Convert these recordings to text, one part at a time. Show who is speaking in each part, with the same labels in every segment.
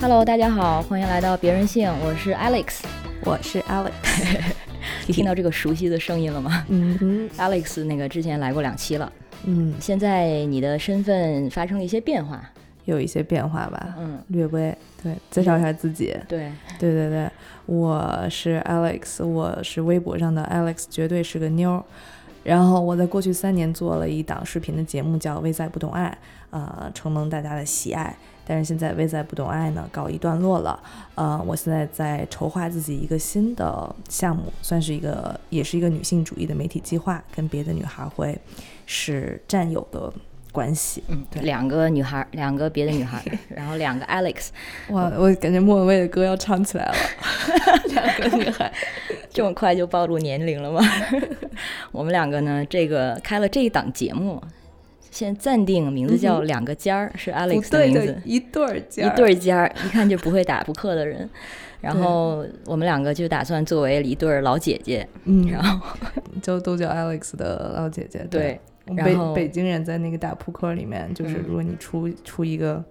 Speaker 1: Hello，大家好，欢迎来到别人性，我是 Alex。
Speaker 2: 我是 Alex，
Speaker 1: 听到这个熟悉的声音了吗
Speaker 2: 嗯哼
Speaker 1: ？Alex，那个之前来过两期了，
Speaker 2: 嗯，
Speaker 1: 现在你的身份发生了一些变化。
Speaker 2: 有一些变化吧，
Speaker 1: 嗯，
Speaker 2: 略微。对，介绍一下自己。
Speaker 1: 对，
Speaker 2: 对对对，我是 Alex，我是微博上的 Alex，绝对是个妞儿。然后我在过去三年做了一档视频的节目，叫《微在不懂爱》，呃，承蒙大家的喜爱。但是现在《微在不懂爱》呢告一段落了，呃，我现在在筹划自己一个新的项目，算是一个也是一个女性主义的媒体计划，跟别的女孩会是战友的关系。
Speaker 1: 嗯，
Speaker 2: 对
Speaker 1: 两个女孩，两个别的女孩， 然后两个 Alex，
Speaker 2: 哇，我感觉莫文蔚的歌要唱起来了，两个女孩。
Speaker 1: 这么快就暴露年龄了吗？ 我们两个呢，这个开了这一档节目，现在暂定名字叫“两个尖儿”，是 Alex 的名字。
Speaker 2: 一嗯对儿尖
Speaker 1: 一对儿尖儿，一看就不会打扑克的 人。然后我们两个就打算作为一对儿老姐姐，
Speaker 2: 嗯，
Speaker 1: 然
Speaker 2: 然
Speaker 1: 后
Speaker 2: 后就都叫 Alex 的老姐姐。
Speaker 1: 对，
Speaker 2: 我们
Speaker 1: 然后
Speaker 2: 北北京人在那个打扑克里面，就是
Speaker 1: 嗯
Speaker 2: 如果你出出一个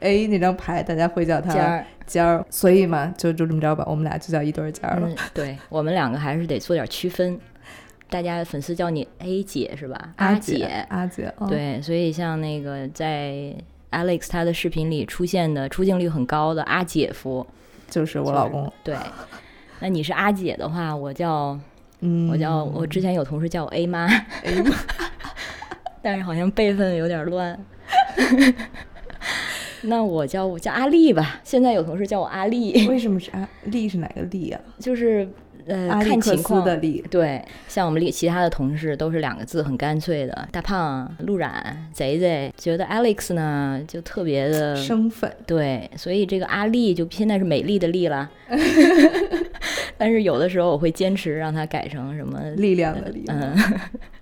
Speaker 2: A 那张牌，大家会叫
Speaker 1: 尖
Speaker 2: 他
Speaker 1: 儿，
Speaker 2: 尖儿，所以嘛，就就这么着吧，我们俩就叫一对儿尖儿了。
Speaker 1: 嗯，对我们两个还是得做点区分。大家粉丝叫你 A 姐是吧？阿
Speaker 2: 姐，阿姐，嗯，
Speaker 1: 对，所以像那个在 Alex 他的视频里出现的出镜率很高的阿姐夫，
Speaker 2: 就是我老公。
Speaker 1: 对。那你是阿姐的话，我叫
Speaker 2: 嗯，
Speaker 1: 我叫我之前有同事叫我 A 妈，
Speaker 2: A 妈
Speaker 1: 但是好像辈分有点乱。 那我叫我叫阿丽吧，现在有同事叫我阿丽，
Speaker 2: 为什么是阿 丽是哪个丽啊？
Speaker 1: 就是呃
Speaker 2: 阿历
Speaker 1: 看
Speaker 2: 克
Speaker 1: 情
Speaker 2: 斯
Speaker 1: 况
Speaker 2: 的丽。
Speaker 1: 对，像我们里其他的同事都是两个字很干脆的，大胖、陆冉、贼贼。觉得 Alex 呢就特别的
Speaker 2: 生粉，
Speaker 1: 对，所以这个阿丽就现在是美丽的丽 了。 但是有的时候我会坚持让她改成什么，
Speaker 2: 力量的力，
Speaker 1: 嗯，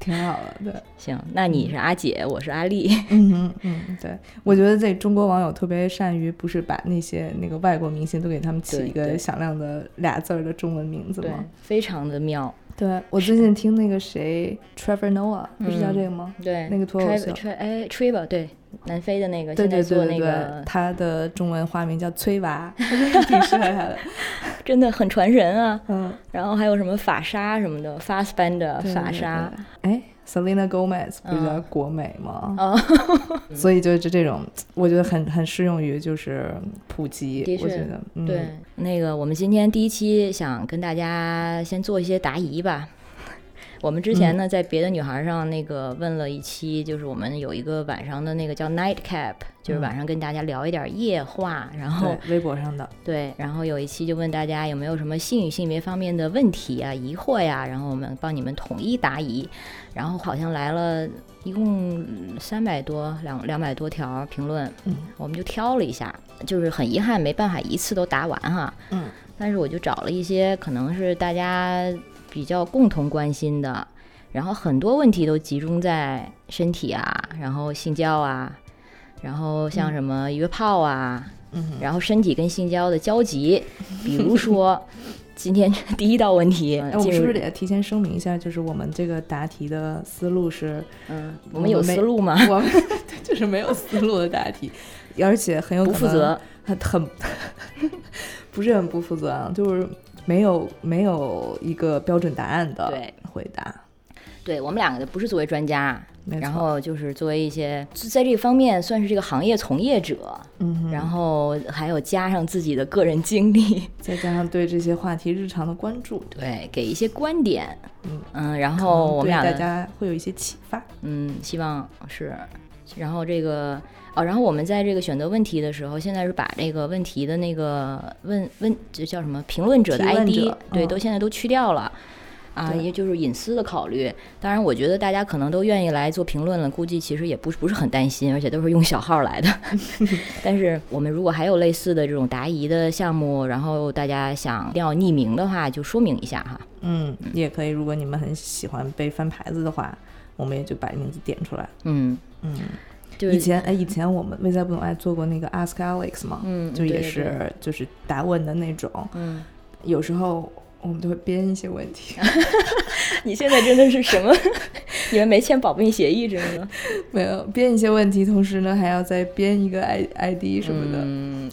Speaker 2: 挺好的，对。
Speaker 1: 行，那你是阿姐，我是阿丽，
Speaker 2: 嗯哼嗯，对，我觉得这中国网友特别善于，不是把那些那个外国明星都给他们起
Speaker 1: 对
Speaker 2: 一
Speaker 1: 对
Speaker 2: 个响亮的俩字儿的中文名字
Speaker 1: 对
Speaker 2: 吗？，
Speaker 1: 非常的妙，
Speaker 2: 对我最近听那个谁 Trevor Noah，
Speaker 1: 嗯
Speaker 2: 不是叫这个吗？
Speaker 1: 对，
Speaker 2: 那个脱口
Speaker 1: Tri
Speaker 2: 秀
Speaker 1: Tri 哎 Triba 对，南非的那个
Speaker 2: 对
Speaker 1: 现在
Speaker 2: 对
Speaker 1: 做
Speaker 2: 对
Speaker 1: 那
Speaker 2: 对对
Speaker 1: 个，
Speaker 2: 他的中文化名叫崔娃， 我觉得挺适合他的。
Speaker 1: 真的很传神啊。
Speaker 2: 嗯，
Speaker 1: 然后还有什么法沙什么的，Fastbender
Speaker 2: 对
Speaker 1: 法沙。。
Speaker 2: 对对哎，Selena Gomez 不是叫
Speaker 1: 呃嗯
Speaker 2: 国美吗？
Speaker 1: 哦，
Speaker 2: 所以就是这种，我觉得很很适用于就是普及
Speaker 1: 的，确
Speaker 2: 我觉得，嗯，
Speaker 1: 对，那个我们今天第一期想跟大家先做一些答疑吧。我们之
Speaker 2: 嗯
Speaker 1: 前呢，在别的女孩上那个问了一期，就是我们有一个晚上的那个叫 nightcap，就是晚上跟大家聊一点夜话，然后
Speaker 2: 嗯对，微博上的，
Speaker 1: 对，然后有一期就问大家有没有什么性与性别方面的问题啊、疑惑呀、然后我们帮你们统一答疑。然后好像来了一共三百多、两两百多条评论，
Speaker 2: 嗯
Speaker 1: 我们就挑了一下，就是很遗憾没办法一次都答完哈。
Speaker 2: 嗯
Speaker 1: 但是我就找了一些可能是大家比较共同关心的，然后很多问题都集中在身体啊，然后性交啊，然后像什么约炮啊，
Speaker 2: 嗯哼。
Speaker 1: 然后身体跟性交的交集，比如 说今天 第一道问题，
Speaker 2: 哎，我们
Speaker 1: 进
Speaker 2: 是
Speaker 1: 入
Speaker 2: 不是得提前声明一下？就是我们这个答题的思路是，
Speaker 1: 嗯，我
Speaker 2: 我
Speaker 1: 们
Speaker 2: 们
Speaker 1: 有
Speaker 2: 没
Speaker 1: 思路吗？
Speaker 2: 我们就是没有思路的答题，而且很有
Speaker 1: 不
Speaker 2: 可
Speaker 1: 负
Speaker 2: 能
Speaker 1: 责，
Speaker 2: 很很 不是很不负责啊，就是没有没有一个标准答案的
Speaker 1: 对
Speaker 2: 回答。
Speaker 1: 对，我们两个不是作为专家，啊
Speaker 2: 没
Speaker 1: 然
Speaker 2: 错，
Speaker 1: 后就是作为一些在这方面算是这个行业从业者，
Speaker 2: 嗯哼，
Speaker 1: 然后还有加上自己的个人经历。
Speaker 2: 再加上对这些话题日常的关注，
Speaker 1: 对，给一些观点，
Speaker 2: 嗯
Speaker 1: 然后我们
Speaker 2: 对
Speaker 1: 俩
Speaker 2: 大
Speaker 1: 的
Speaker 2: 家会有一些启发。
Speaker 1: 嗯，希望是，然后这个哦，然后我们在这个选择问题的时候，现在是把这个问题的那个问问这叫什么评论者的
Speaker 2: 提
Speaker 1: ID，
Speaker 2: 问者
Speaker 1: 对，
Speaker 2: 嗯
Speaker 1: 都现在都去掉了。啊，
Speaker 2: 对
Speaker 1: 也就是隐私的考虑。当然，我觉得大家可能都愿意来做评论了，估计其实也不是不是很担心，而且都是用小号来 的。但是我们如果还有类似的这种答疑的项目，然后大家想一定要匿名的话，就说明一下哈。
Speaker 2: 嗯，也可以，如果你们很喜欢被翻牌子的话，我们也就把名字点出来。
Speaker 1: 嗯，
Speaker 2: 嗯。
Speaker 1: 就是
Speaker 2: 以前哎，以前我们未在不懂爱做过那个 Ask Alex 嘛，
Speaker 1: 嗯
Speaker 2: 就也
Speaker 1: 对
Speaker 2: 是
Speaker 1: 对
Speaker 2: 就是答问的那种，
Speaker 1: 嗯，
Speaker 2: 有时候我们都会编一些问题，
Speaker 1: 你现在真的是什么？ 你们没签保密协议，真的？
Speaker 2: 没有编一些问题，同时呢还要再编一个 i ID 什么的，
Speaker 1: 嗯，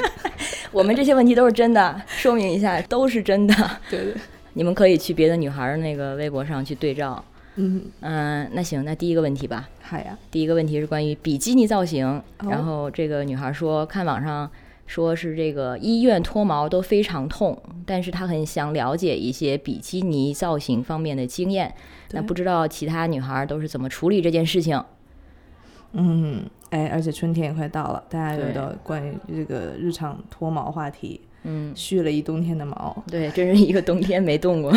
Speaker 1: 我们这些问题都是真的，说明一下都是真的。
Speaker 2: 对对，
Speaker 1: 你们可以去别的女孩儿那个微博上去对照。
Speaker 2: 嗯，
Speaker 1: 嗯、那行，那第一个问题吧。
Speaker 2: 好呀，
Speaker 1: 第一个问题是关于比基尼造型，
Speaker 2: 哦
Speaker 1: 然后这个女孩说，看网上说是这个医院脱毛都非常痛，但是她很想了解一些比基尼造型方面的经验。
Speaker 2: 对
Speaker 1: 那不知道其他女孩都是怎么处理这件事情？
Speaker 2: 嗯，哎，而且春天也快到了，大家有
Speaker 1: 对
Speaker 2: 的关于这个日常脱毛话题，
Speaker 1: 嗯，
Speaker 2: 蓄了一冬天的毛。
Speaker 1: 对，真是一个冬天没动过。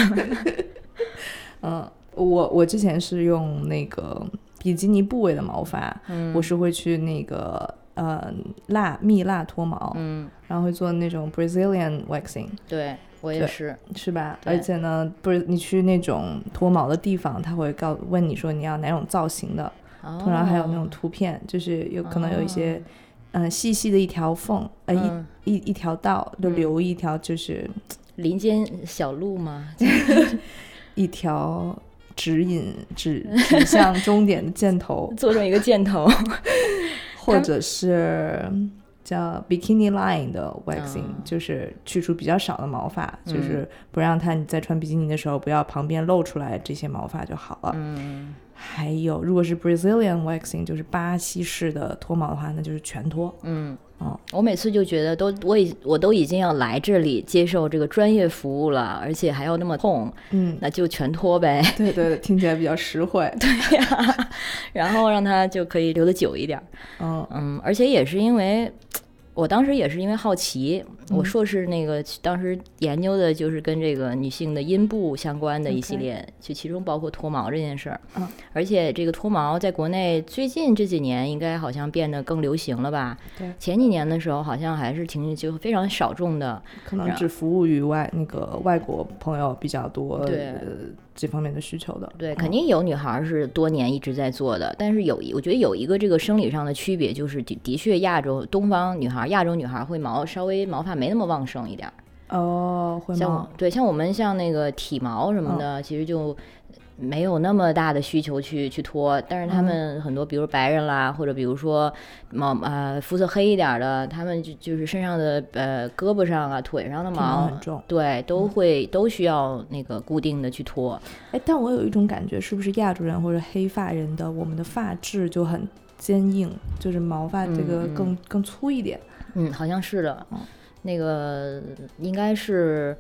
Speaker 2: 嗯，我我之前是用那个比基尼部位的毛发，
Speaker 1: 嗯
Speaker 2: 我是会去那个呃蜡蜜蜡脱毛，
Speaker 1: 嗯，
Speaker 2: 然后会做那种 Brazilian waxing，
Speaker 1: 对我也
Speaker 2: 对
Speaker 1: 是。
Speaker 2: 是吧？
Speaker 1: 对
Speaker 2: 而且呢，不是你去那种脱毛的地方，他会告问你说你要哪种造型的，
Speaker 1: 通
Speaker 2: 通常还有那种图片，就是有可能有一些。嗯，细细的一条缝，呃，一
Speaker 1: 哦嗯
Speaker 2: 一一条道，就留一条，就是
Speaker 1: 林间小路吗？
Speaker 2: 一条指引指指向终点的箭头，
Speaker 1: 做成一个箭头。
Speaker 2: 或者是叫 bikini line 的 waxing，、
Speaker 1: 啊
Speaker 2: 就是去除比较少的毛发，就是不让它你在穿比基尼的时候不要旁边露出来这些毛发就好了。
Speaker 1: 嗯，
Speaker 2: 还有，如果是 Brazilian waxing，就是巴西式的脱毛的话，那就是全脱。
Speaker 1: 嗯
Speaker 2: 哦，
Speaker 1: 我每次就觉得都我已我都已经要来这里接受这个专业服务了，而且还要那么痛，
Speaker 2: 嗯，
Speaker 1: 那就全脱呗，
Speaker 2: 对对对，听起来比较实惠。对，
Speaker 1: 然后让它就可以留得久一点儿。
Speaker 2: 嗯
Speaker 1: 嗯，而且也是因为。我当时也是因为好奇，我
Speaker 2: 嗯
Speaker 1: 硕士那个当时研究的就是跟这个女性的阴部相关的一系
Speaker 2: OK
Speaker 1: 列，就其中包括脱毛这件事儿
Speaker 2: 嗯。
Speaker 1: 而且这个脱毛在国内最近这几年应该好像变得更流行了吧？
Speaker 2: 对
Speaker 1: 前几年的时候好像还是挺就非常少众的，
Speaker 2: 可能只服务于外那个外国朋友比较多，
Speaker 1: 对
Speaker 2: 呃这方面的需求的。
Speaker 1: 对，肯定有女孩儿是多年一直在做的，但是有一我觉得有一个这个生理上的区别，就是的的确亚洲东方女孩儿、亚洲女孩儿会毛稍微毛发没那么旺盛一点儿，
Speaker 2: 哦，会
Speaker 1: 像我
Speaker 2: 吗？嗯
Speaker 1: 对像我们像那个体毛什么的，其实就。没有那么大的需求去去脱，但是他
Speaker 2: 嗯
Speaker 1: 们很多，比如白人啦，或者比如说毛呃肤色黑一点儿的，他们就就是身上的呃胳膊上啊、腿上的
Speaker 2: 体毛
Speaker 1: 毛
Speaker 2: 很重
Speaker 1: 对，
Speaker 2: 嗯
Speaker 1: 都会、都需要那个固定的去脱。
Speaker 2: 哎，但我有一种感觉，是不是亚洲人或者黑发人的，我们的发质就很坚硬，就是毛发这个
Speaker 1: 嗯嗯
Speaker 2: 更、更粗一点？
Speaker 1: 嗯，好像是的
Speaker 2: 嗯，
Speaker 1: 那个应该是。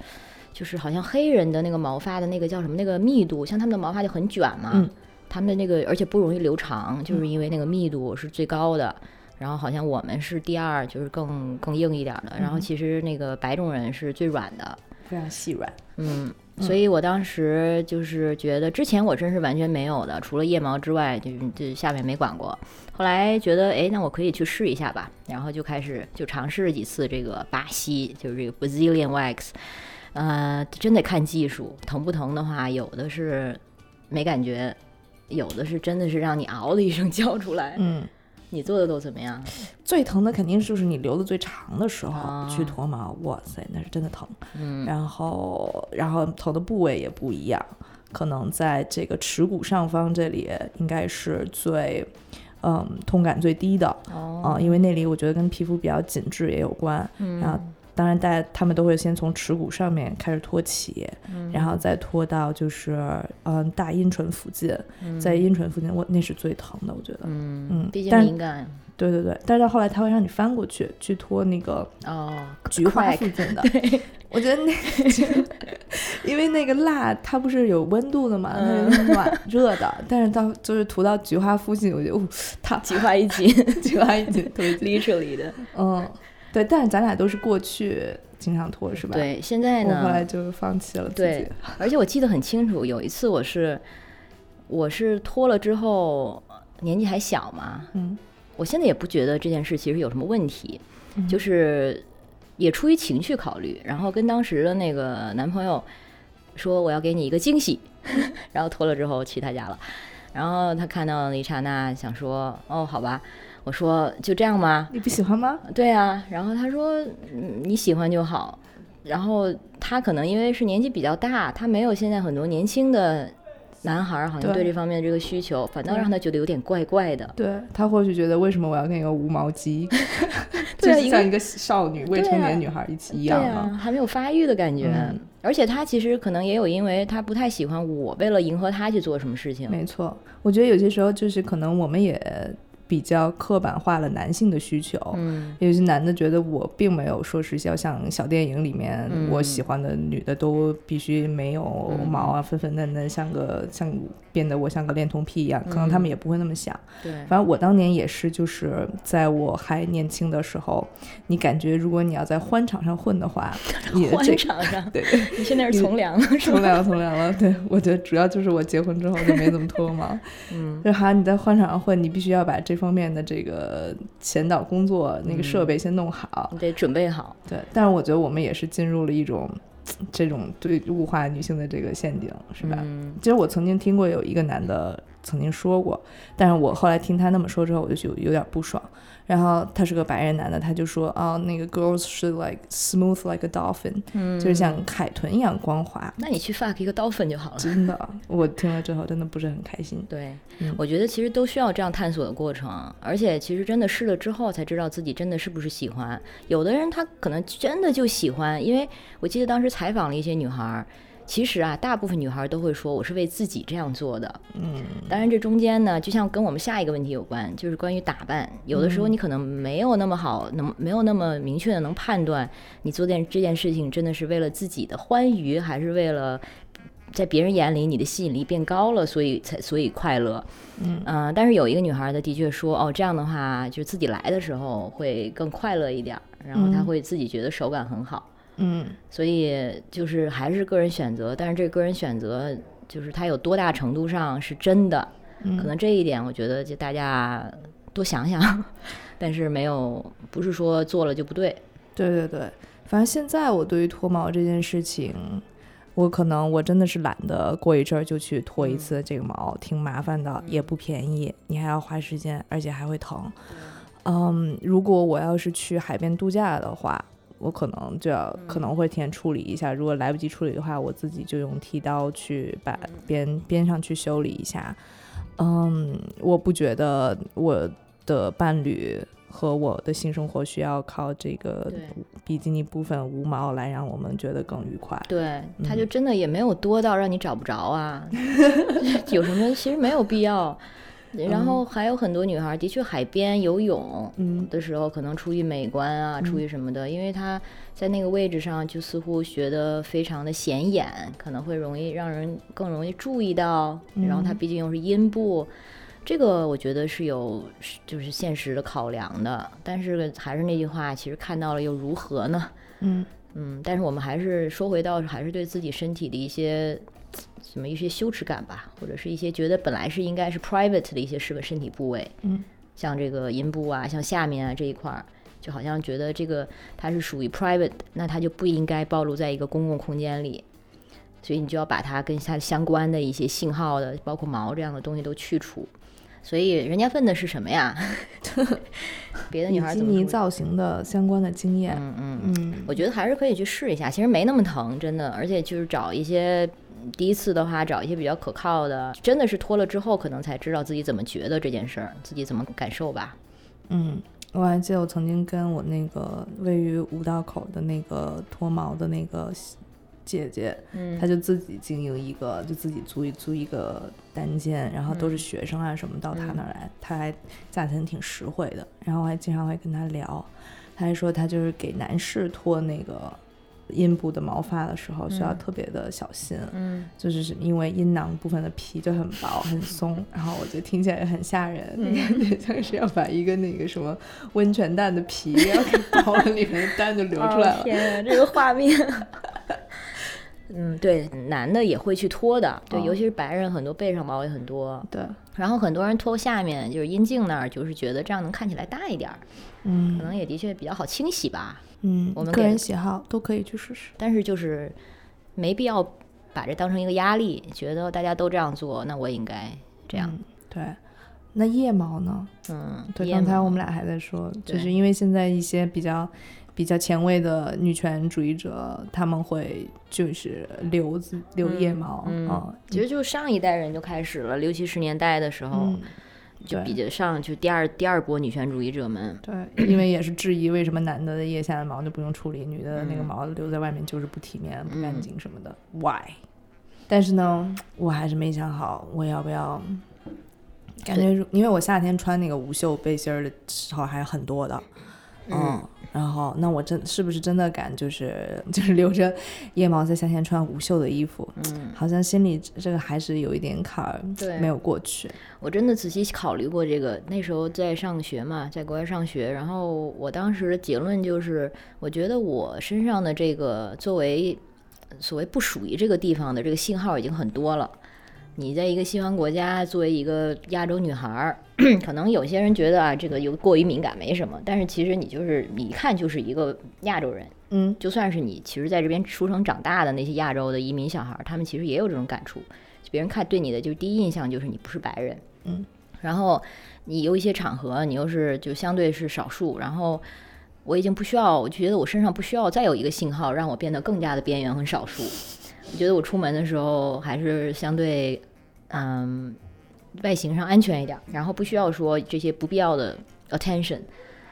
Speaker 1: 就是好像黑人的那个毛发的那个叫什么那个密度，像他们的毛发就很卷嘛，
Speaker 2: 嗯
Speaker 1: 他们的那个而且不容易留长，就是因为那个密度是最高的。然后好像我们是第二，就是更更硬一点的。
Speaker 2: 嗯
Speaker 1: 然后其实那个白种人是最软的，
Speaker 2: 非常细软。
Speaker 1: 嗯，所以我当时就是觉得，之前我真是完全没有的，除了腋毛之外，就就下面没管过。后来觉得，哎，那我可以去试一下吧，然后就开始就尝试了几次这个巴西，就是这个 Brazilian wax，呃，真得看技术，疼不疼的话，有的是没感觉，有的是真的是让你嗷的一声叫出来。
Speaker 2: 嗯，
Speaker 1: 你做的都怎么样？
Speaker 2: 最疼的肯定就是你留的最长的时候、
Speaker 1: 啊
Speaker 2: 去脱毛，哇塞，那是真的疼。
Speaker 1: 嗯
Speaker 2: 然后，然后头的部位也不一样，可能在这个耻骨上方这里应该是最，嗯，痛感最低的啊、
Speaker 1: 哦，
Speaker 2: 因为那里我觉得跟皮肤比较紧致也有关。
Speaker 1: 嗯
Speaker 2: 然后，当然大家他们都会先从耻骨上面开始脱起，
Speaker 1: 嗯
Speaker 2: 然后再脱到就是嗯、大阴唇附近，在阴唇附近，我那是最疼的，我觉得。
Speaker 1: 嗯
Speaker 2: 嗯
Speaker 1: 毕竟
Speaker 2: 但
Speaker 1: 敏感
Speaker 2: 对对对，但是到后来他会让你翻过去去脱那个
Speaker 1: 哦，
Speaker 2: 菊花
Speaker 1: crack
Speaker 2: 附近的。我觉得那， 因为那个蜡它不是有温度的嘛，它
Speaker 1: 嗯
Speaker 2: 是暖热的，但是到就是涂到菊花附近，我觉得哦， 它
Speaker 1: 菊花一紧
Speaker 2: 菊花已经特别紧。
Speaker 1: ，literally 的。
Speaker 2: 嗯，对，但是咱俩都是过去经常脱是吧？，
Speaker 1: 对，现在
Speaker 2: 我后
Speaker 1: 呢
Speaker 2: 来，就放弃了自己
Speaker 1: 对。，而且我记得很清楚，有一次我是我是脱了之后，年纪还小嘛，
Speaker 2: 嗯，
Speaker 1: 我现在也不觉得这件事其实有什么问题，就是也出于情绪考虑，然后跟当时的那个男朋友说我要给你一个惊喜， 然后脱了之后去他家了，然后他看到那一刹那想说哦好吧，我说就这样吗？
Speaker 2: 你不喜欢吗？
Speaker 1: 对啊，然后他说、嗯、你喜欢就好。然后他可能因为是年纪比较大，他没有现在很多年轻的男孩儿好像对
Speaker 2: 对
Speaker 1: 这方面这个需求，反倒
Speaker 2: 对
Speaker 1: 让他觉得有点怪怪的。
Speaker 2: 对他或许觉得为什么我要跟一个无毛鸡，
Speaker 1: 对啊
Speaker 2: 就是
Speaker 1: 因为
Speaker 2: 像一个少女、未
Speaker 1: 对啊
Speaker 2: 成年女孩一起
Speaker 1: 对
Speaker 2: 一样
Speaker 1: 啊
Speaker 2: 嘛。，
Speaker 1: 还没有发育的感觉。
Speaker 2: 嗯
Speaker 1: 而且他其实可能也有，因为他不太喜欢我为了迎合他去做什么事情。
Speaker 2: 没错，我觉得有些时候就是可能我们也比较刻板化了男性的需求。
Speaker 1: 嗯，
Speaker 2: 有些男的觉得我并没有说是要像小电影里面
Speaker 1: 嗯
Speaker 2: 我喜欢的女的都必须没有毛
Speaker 1: 嗯
Speaker 2: 啊，粉粉嫩嫩，像个像变得我像个恋童癖一样，
Speaker 1: 嗯
Speaker 2: 可能他们也不会那么想。
Speaker 1: 对，
Speaker 2: 反正我当年也是，就是在我还年轻的时候，你感觉如果你要在欢场上混的话，你的这
Speaker 1: 欢场上，
Speaker 2: 对
Speaker 1: 你现在是从良了是
Speaker 2: 从
Speaker 1: 吗？
Speaker 2: 良了从良了。对我觉得主要就是我结婚之后就没怎么脱毛，
Speaker 1: 嗯，
Speaker 2: 就好像你在欢场上混，你必须要把这方面的这个前导工作那个设备先弄好。
Speaker 1: 你得准备好。
Speaker 2: 对，但是我觉得我们也是进入了一种这种对物化女性的这个陷阱，是吧？
Speaker 1: 嗯，
Speaker 2: 其实我曾经听过有一个男的曾经说过，但是我后来听他那么说之后，我就有有点不爽。然后他是个白人男的，他就说啊，那个 girls should like smooth like a dolphin，、
Speaker 1: 嗯
Speaker 2: 就是像海豚一样光滑。
Speaker 1: 那你去 fuck 一个刀粉就好了。
Speaker 2: 真的，我听了之后真的不是很开心。
Speaker 1: 对，
Speaker 2: 嗯
Speaker 1: 我觉得其实都需要这样探索的过程，啊而且其实真的试了之后才知道自己真的是不是喜欢。有的人他可能真的就喜欢，因为我记得当时采访了一些女孩儿，其实啊，大部分女孩儿都会说我是为自己这样做的。
Speaker 2: 嗯，
Speaker 1: 当然这中间呢，就像跟我们下一个问题有关，就是关于打扮。有的时
Speaker 2: 嗯
Speaker 1: 候你可能没有那么好，能没有那么明确的能判断你做件这件事情真的是为了自己的欢愉，还是为了在别人眼里你的吸引力变高了，所以才所以快乐。
Speaker 2: 嗯
Speaker 1: 呃但是有一个女孩她的确说，哦，这样的话就自己来的时候会更快乐一点儿，然后她
Speaker 2: 嗯
Speaker 1: 会自己觉得手感很好。
Speaker 2: 嗯，
Speaker 1: 所以就是还是个人选择，但是这个人选择就是它有多大程度上是真的，
Speaker 2: 嗯
Speaker 1: 可能这一点我觉得就大家多想想， 但是没有不是说做了就不对，
Speaker 2: 对对对，反正现在我对于脱毛这件事情，我可能我真的是懒得过一阵儿就去脱一次这个毛，挺麻烦的，也不便宜，你还要花时间，而且还会疼。嗯，如果我要是去海边度假的话，我可能就要可能会提前处理一下，如果来不及处理的话，我自己就用剃刀去把边边上去修理一下。嗯，我不觉得我的伴侣和我的性生活需要靠这个
Speaker 1: 对
Speaker 2: 比基尼部分无毛来让我们觉得更愉快。
Speaker 1: 对，他就真的也没有多到让你找不着啊，有什么其实没有必要。然后还有很多女孩的确海边游泳，
Speaker 2: 嗯
Speaker 1: 的时候，可能出于美观啊，出于什么的，因为他在那个位置上就似乎学得非常的显眼，可能会容易让人更容易注意到。然后他毕竟又是阴部，这个我觉得是有是就是现实的考量的。但是还是那句话，其实看到了又如何呢？
Speaker 2: 嗯，
Speaker 1: 嗯，但是我们还是说回到还是对自己身体的一些。什么一些羞耻感吧，或者是一些觉得本来是应该是 private 的一些是个身体部位，
Speaker 2: 嗯，
Speaker 1: 像这个阴部啊，像下面啊这一块儿，就好像觉得这个它是属于 private，那它就不应该暴露在一个公共空间里，所以你就要把它跟它相关的一些信号的，包括毛这样的东西都去除。所以人家问的是什么呀？ 别的女
Speaker 2: 比
Speaker 1: 孩
Speaker 2: 嗯基
Speaker 1: 怎么
Speaker 2: 尼
Speaker 1: 处理
Speaker 2: 造型的相关的经验，
Speaker 1: 嗯嗯。
Speaker 2: 嗯
Speaker 1: 我觉得还是可以去试一下，其实没那么疼，真的。而且就是找一些嗯第一次的话，找一些比较可靠的，真的是脱了之后，可能才知道自己怎么觉得这件事儿，自己怎么感受吧。
Speaker 2: 嗯，我还记得我曾经跟我那个位于五道口的那个脱毛的那个姐姐，
Speaker 1: 嗯
Speaker 2: 她就自己经营一个，就自己租一租一个单间，然后都
Speaker 1: 嗯
Speaker 2: 是学生啊什么到她那儿来，她还价钱挺实惠的，然后我还经常会跟她聊，她还说她就是给男士脱那个。阴部的毛发的时候需要特别的小心，
Speaker 1: 嗯，
Speaker 2: 就是是因为阴囊部分的皮就很薄很松， 然后我就听起来很吓人，感
Speaker 1: 嗯
Speaker 2: 觉像是要把一个那个什么温泉蛋的皮要给 剥了，里面的蛋就流出来了。
Speaker 1: 天呀，这个画面。 嗯，对，男的也会去脱的，对，
Speaker 2: 哦
Speaker 1: 尤其是白人，很多背上毛也很多，
Speaker 2: 对，
Speaker 1: 然后很多人脱下面就是阴茎那儿，就是觉得这样能看起来大一点儿，可
Speaker 2: 嗯
Speaker 1: 能也的确比较好清洗吧，
Speaker 2: 嗯，
Speaker 1: 我们
Speaker 2: 个
Speaker 1: 给
Speaker 2: 人喜好都可以去试试。
Speaker 1: 但是就是没必要把这当成一个压力，觉得大家都这样做，那我也应该这样。
Speaker 2: 嗯对，那腋毛呢？
Speaker 1: 嗯，
Speaker 2: 对，
Speaker 1: 也
Speaker 2: 刚才我们俩还在说，就
Speaker 1: 对
Speaker 2: 是因为现在一些比较比较前卫的女权主义者，他们会就是留自留腋毛啊、
Speaker 1: 嗯其实就上一代人就开始了，六七十年代的时候，
Speaker 2: 嗯
Speaker 1: 就
Speaker 2: 对
Speaker 1: 比得上就第二第二波女权主义者们。
Speaker 2: 对，因为也是质疑为什么男的的腋下的毛就不用处理，女的那个毛留在外面就是不体面、不干
Speaker 1: 嗯
Speaker 2: 净什么的，why？但是呢，我还是没想好我要不要。感觉如因为我夏天穿那个无袖背心儿的时候还很多的，嗯，然后那我真是不是真的敢就是就是留着腋毛在夏天穿无袖的衣服，
Speaker 1: 嗯，
Speaker 2: 好像心里这个还是有一点坎儿
Speaker 1: 对
Speaker 2: 没有过去，
Speaker 1: 我真的仔细考虑过这个。那时候在上学嘛，在国外上学，然后我当时的结论就是，我觉得我身上的这个作为所谓不属于这个地方的这个信号已经很多了。你在一个西方国家作为一个亚洲女孩儿， 可能有些人觉得啊，这个有过于敏感没什么，但是其实你就是你一看就是一个亚洲人，
Speaker 2: 嗯，
Speaker 1: 就算是你其实在这边出生长大的那些亚洲的移民小孩儿，他们其实也有这种感触，就别人看对你的就第一印象就是你不是白人，
Speaker 2: 嗯，
Speaker 1: 然后你有一些场合你又是就相对是少数，然后我已经不需要，我觉得我身上不需要再有一个信号让我变得更加的边缘和少数，我觉得我出门的时候还是相对嗯外形上安全一点儿，然后不需要说这些不必要的 attention。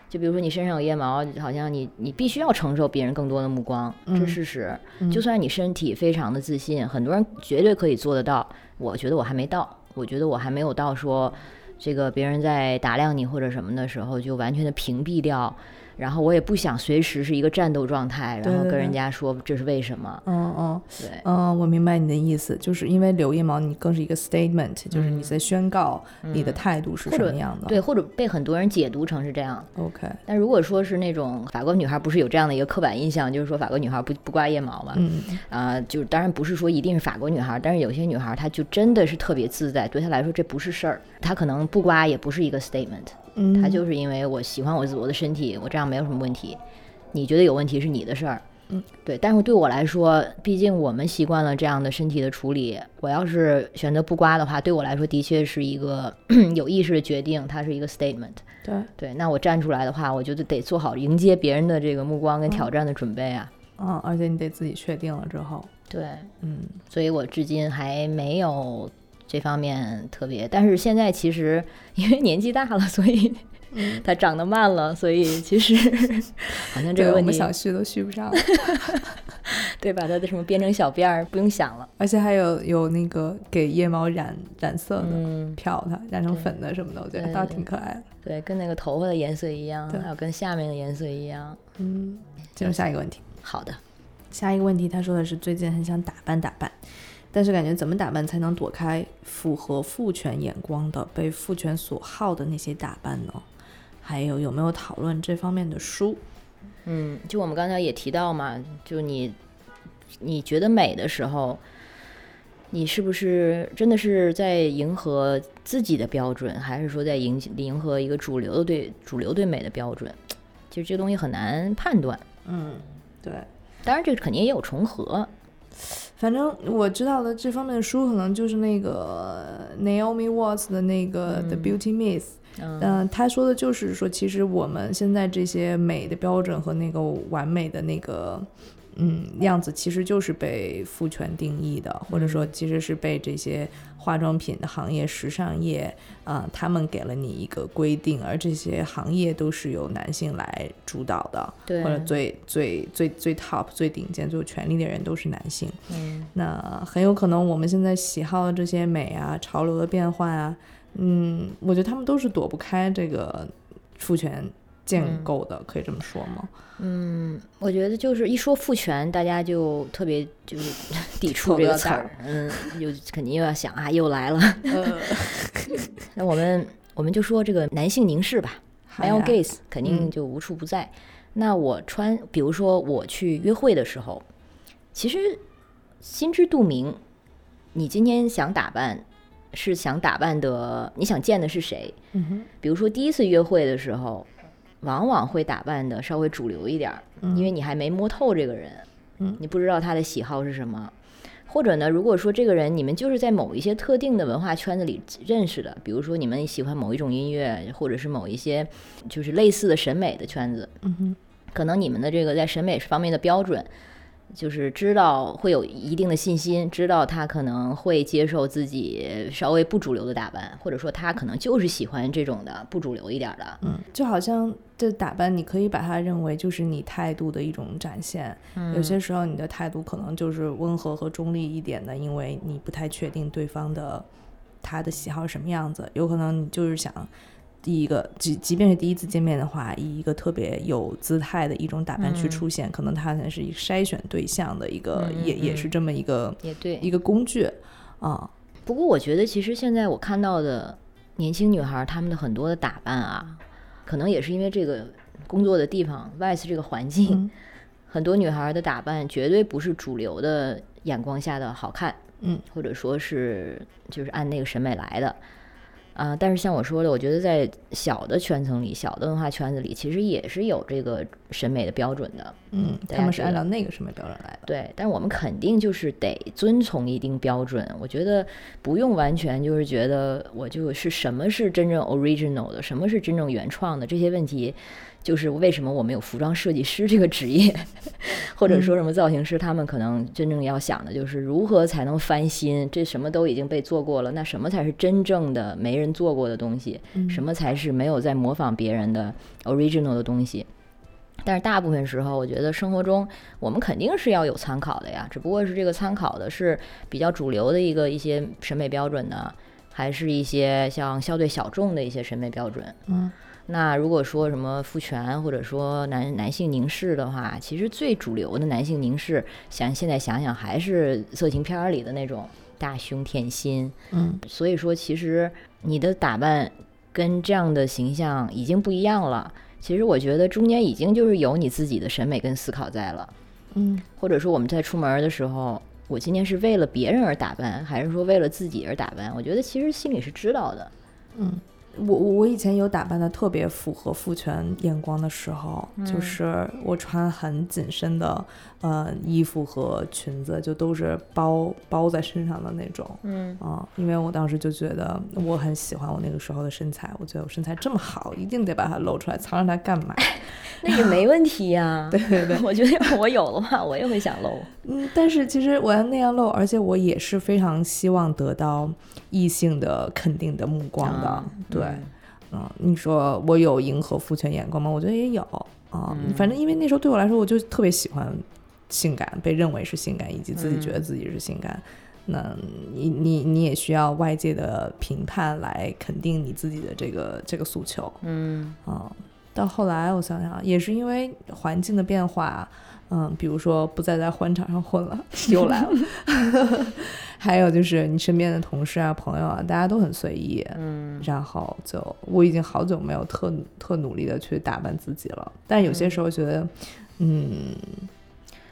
Speaker 1: 就比如说你身上有腋毛，好像你你必须要承受别人更多的目光，这
Speaker 2: 嗯
Speaker 1: 是事实。就算你身体非常的自信，很多人绝对可以做得到。我觉得我还没到，我觉得我还没有到说这个别人在打量你或者什么的时候就完全的屏蔽掉。然后我也不想随时是一个战斗状态，
Speaker 2: 对
Speaker 1: 然后
Speaker 2: 对
Speaker 1: 跟人
Speaker 2: 对
Speaker 1: 家说这是为什么。
Speaker 2: 嗯嗯。
Speaker 1: 对，
Speaker 2: 嗯，我明白你的意思，就是因为留腋毛，你更是一个 statement，就是你在宣告你的态度是
Speaker 1: 嗯或
Speaker 2: 什
Speaker 1: 者
Speaker 2: 么样的。
Speaker 1: 对，啊或者被很多人解读成是这样。
Speaker 2: ，OK，
Speaker 1: 但如果说是那种法国女孩，不是有这样的一个刻板印象，就是说法国女孩不不刮腋毛嘛？
Speaker 2: 嗯，
Speaker 1: 啊、就是当然不是说一定是法国女孩，但是有些女孩她就真的是特别自在，对她来说这不是事儿，她可能不刮也不是一个 statement，
Speaker 2: 嗯
Speaker 1: 她就是因为我喜欢我自我的身体，我这样没有什么问题，你觉得有问题是你的事儿，
Speaker 2: 嗯，
Speaker 1: 对，但是对我来说，毕竟我们习惯了这样的身体的处理，我要是选择不刮的话，对我来说的确是一个 有意识的决定，它是一个 statement。
Speaker 2: 对，
Speaker 1: 对，那我站出来的话，我就得做好迎接别人的这个目光跟挑战的准备啊。
Speaker 2: 嗯，而且你得自己确定了之后，
Speaker 1: 对，
Speaker 2: 嗯
Speaker 1: 所以我至今还没有这方面特别，但是现在其实因为年纪大了，所以
Speaker 2: 嗯
Speaker 1: 它长得慢了，所以其实好像这
Speaker 2: 对
Speaker 1: 个
Speaker 2: 我
Speaker 1: 问
Speaker 2: 们
Speaker 1: 题
Speaker 2: 想续都续不上，
Speaker 1: 对把它的什么编成小辫儿不用想了。
Speaker 2: 而且还有有那个给腋毛染染色的。
Speaker 1: 嗯，
Speaker 2: 漂它染成
Speaker 1: 对
Speaker 2: 粉的什么的，我觉得
Speaker 1: 对
Speaker 2: 倒
Speaker 1: 对嗯
Speaker 2: 挺可爱的。
Speaker 1: 对，跟那个头发的颜色一样，
Speaker 2: 对
Speaker 1: 还有跟下面的颜色一样。
Speaker 2: 嗯，进入下一个问题。
Speaker 1: 好的，
Speaker 2: 下一个问题，他说的是最近很想打扮打扮，但是感觉怎么打扮才能躲开符合父权眼光的、被父权所好的那些打扮呢？还有有没有讨论这方面的书？
Speaker 1: 嗯，就我们刚才也提到嘛，就你你觉得美的时候，你是不是真的是在迎合自己的标准，还是说在迎迎合一个主流的对主流对美的标准？其实这个东西很难判断，
Speaker 2: 嗯，对，
Speaker 1: 当然这个肯定也有重合。
Speaker 2: 反正我知道的这方面的书，可能就是那个 Naomi Watts 的那个《The Beauty Myth》。
Speaker 1: 嗯
Speaker 2: 嗯，他说的就是说，其实我们现在这些美的标准和那个完美的那个嗯样子，其实就是被父权定义的，
Speaker 1: 嗯
Speaker 2: 或者说其实是被这些化妆品的行业、时尚业啊、呃他们给了你一个规定，而这些行业都是由男性来主导的，
Speaker 1: 对
Speaker 2: 或者最最最最 top、最顶尖、最有权力的人都是男性。
Speaker 1: 嗯
Speaker 2: 那很有可能我们现在喜好的这些美啊、潮流的变化啊，嗯，我觉得他们都是躲不开这个父权建构的，可以这么说吗？
Speaker 1: 嗯，我觉得就是一说父权，大家就特别 就是抵触
Speaker 2: 头
Speaker 1: 这
Speaker 2: 都
Speaker 1: 个
Speaker 2: 要
Speaker 1: 词
Speaker 2: 大
Speaker 1: 儿，嗯，就肯定又要想啊，又来了。
Speaker 2: 呃，
Speaker 1: 那我们我们就说这个男性凝视吧。
Speaker 2: 还
Speaker 1: male
Speaker 2: 有
Speaker 1: gaze 肯定
Speaker 2: 嗯
Speaker 1: 就无处不在。那我穿，比如说我去约会的时候，其实心知肚明，你今天想打扮是想打扮的，你想见的是谁？
Speaker 2: 嗯哼，
Speaker 1: 比如说第一次约会的时候，往往会打扮的稍微主流一点儿，因为你还没摸透这个人，
Speaker 2: 嗯
Speaker 1: 你不知道他的喜好是什么。或者呢，如果说这个人你们就是在某一些特定的文化圈子里认识的，比如说你们喜欢某一种音乐，或者是某一些就是类似的审美的圈子，
Speaker 2: 嗯哼，
Speaker 1: 可能你们的这个在审美方面的标准，就是知道会有一定的信心，知道他可能会接受自己稍微不主流的打扮，或者说他可能就是喜欢这种的不主流一点儿的。
Speaker 2: 嗯，就好像这打扮，你可以把它认为就是你态度的一种展现。有些时候你的态度可能就是温和和中立一点的，因为你不太确定对方的他的喜好是什么样子，有可能你就是想。第一个，即即便是第一次见面的话，以一个特别有姿态的一种打扮去出现，可能他才是一个筛选对象的一个，
Speaker 1: 嗯嗯
Speaker 2: 也也是这么一个
Speaker 1: 也对，
Speaker 2: 一个工具啊。
Speaker 1: 不过我觉得，其实现在我看到的年轻女孩儿，她们的很多的打扮啊，可能也是因为这个工作的地方 VICE 这个环境，
Speaker 2: 嗯
Speaker 1: 很多女孩儿的打扮绝对不是主流的眼光下的好看，
Speaker 2: 嗯，
Speaker 1: 或者说是就是按那个审美来的。啊、但是像我说的，我觉得在小的圈层里、小的文化圈子里，其实也是有这个审美的标准的。
Speaker 2: 嗯，
Speaker 1: 大
Speaker 2: 他
Speaker 1: 家
Speaker 2: 们是
Speaker 1: 觉
Speaker 2: 按
Speaker 1: 得
Speaker 2: 照那个审美标准来的。
Speaker 1: 对，但是我们肯定就是得遵从一定标准。我觉得不用完全就是觉得我就是什么是真正 original 的，什么是真正原创的这些问题，就是为什么我们有服装设计师这个职业， 或者
Speaker 2: 嗯
Speaker 1: 说什么造型师，他们可能真正要想的就是如何才能翻新。这什么都已经被做过了，那什么才是真正的没人做过的东西？
Speaker 2: 嗯
Speaker 1: 什么才是没有在模仿别人的 original 的东西？但是大部分时候，我觉得生活中我们肯定是要有参考的呀，只不过是这个参考的是比较主流的一个一些审美标准呢，还是一些像相对小众的一些审美标准。
Speaker 2: 嗯，
Speaker 1: 那如果说什么父权或者说男男性凝视的话，其实最主流的男性凝视，想现在想想还是色情片儿里的那种大胸甜心，
Speaker 2: 嗯，
Speaker 1: 所以说，其实你的打扮跟这样的形象已经不一样了。其实我觉得中间已经就是有你自己的审美跟思考在了，
Speaker 2: 嗯，
Speaker 1: 或者说我们在出门的时候，我今天是为了别人而打扮，还是说为了自己而打扮？我觉得其实心里是知道的。
Speaker 2: 我我我以前有打扮的特别符合父权眼光的时候，就是我穿很紧身的呃衣服和裙子，就都是包包在身上的那种。
Speaker 1: 嗯
Speaker 2: 啊、因为我当时就觉得我很喜欢我那个时候的身材，我觉得我身材这么好，一定得把它露出来，藏着它干嘛？
Speaker 1: 那也没问题呀、
Speaker 2: 对对对，
Speaker 1: 我觉得要是我有的话，我也会想 露。
Speaker 2: 嗯，但是其实我要那样露，而且我也是非常希望得到异性的肯定的目光的，
Speaker 1: 啊嗯
Speaker 2: 对。嗯，你说我有迎合父权眼光吗？我觉得也有啊、
Speaker 1: 嗯
Speaker 2: 反正因为那时候对我来说，我就特别喜欢性感，被认为是性感，以及自己觉得
Speaker 1: 嗯
Speaker 2: 自己是性感。那你你你也需要外界的评判来肯定你自己的这个这个诉求
Speaker 1: 嗯
Speaker 2: 啊、到后来我想想，也是因为环境的变化，嗯，比如说不再在欢场上混了， 又来了，还有就是你身边的同事啊、朋友啊，大家都很随意，
Speaker 1: 嗯
Speaker 2: 然后就我已经好久没有特特努力的去打扮自己了，但有些时候觉得，嗯，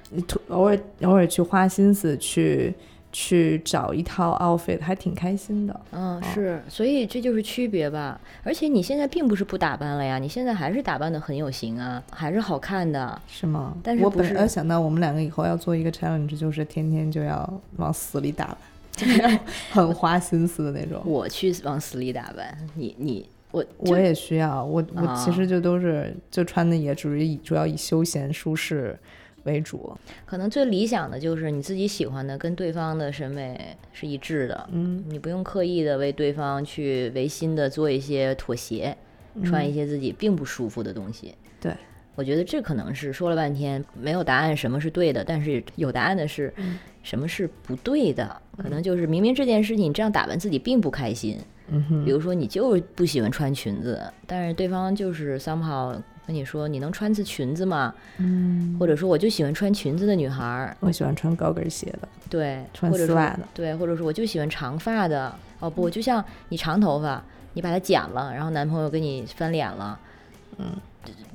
Speaker 2: 你突偶尔偶尔去花心思去去找一套 outfit 还挺开心的。
Speaker 1: 嗯，是，所以这就是区别吧。而且你现在并不是不打扮了呀，你现在还是打扮的很有型啊，还是好看的。
Speaker 2: 是吗？
Speaker 1: 但是
Speaker 2: 我
Speaker 1: 不
Speaker 2: 本
Speaker 1: 是
Speaker 2: 来想到我们两个以后要做一个 challenge，就是天天就要往死里打扮， 很花心思的那种。
Speaker 1: 我去往死里打扮，你你我
Speaker 2: 哦我也需要，我我其
Speaker 1: 啊
Speaker 2: 实就都是就穿的也主要以主要以休闲舒适为主。
Speaker 1: 可能最理想的就是你自己喜欢的跟对方的审美是一致的，
Speaker 2: 嗯，
Speaker 1: 你不用刻意的为对方去违心的做一些妥协，
Speaker 2: 嗯
Speaker 1: 穿一些自己并不舒服的东西。
Speaker 2: 对，
Speaker 1: 我觉得这可能是说了半天没有答案，什么是对的，但是有答案的是
Speaker 2: 嗯
Speaker 1: 什么是不对的。可能就是明明这件事情你这样打扮自己并不开心，
Speaker 2: 嗯哼。
Speaker 1: 比如说你就是不喜欢穿裙子，但是对方就是 somehow 跟你说你能穿次裙子吗？嗯，或者说我就喜欢穿裙子的女孩儿，
Speaker 2: 我喜欢穿高跟鞋的，
Speaker 1: 对，
Speaker 2: 穿
Speaker 1: 或者
Speaker 2: 丝
Speaker 1: 说
Speaker 2: 袜的
Speaker 1: 对，或者说我就喜欢长发的，哦不，就像你长头发，你把它剪了，然后男朋友跟你翻脸了，嗯，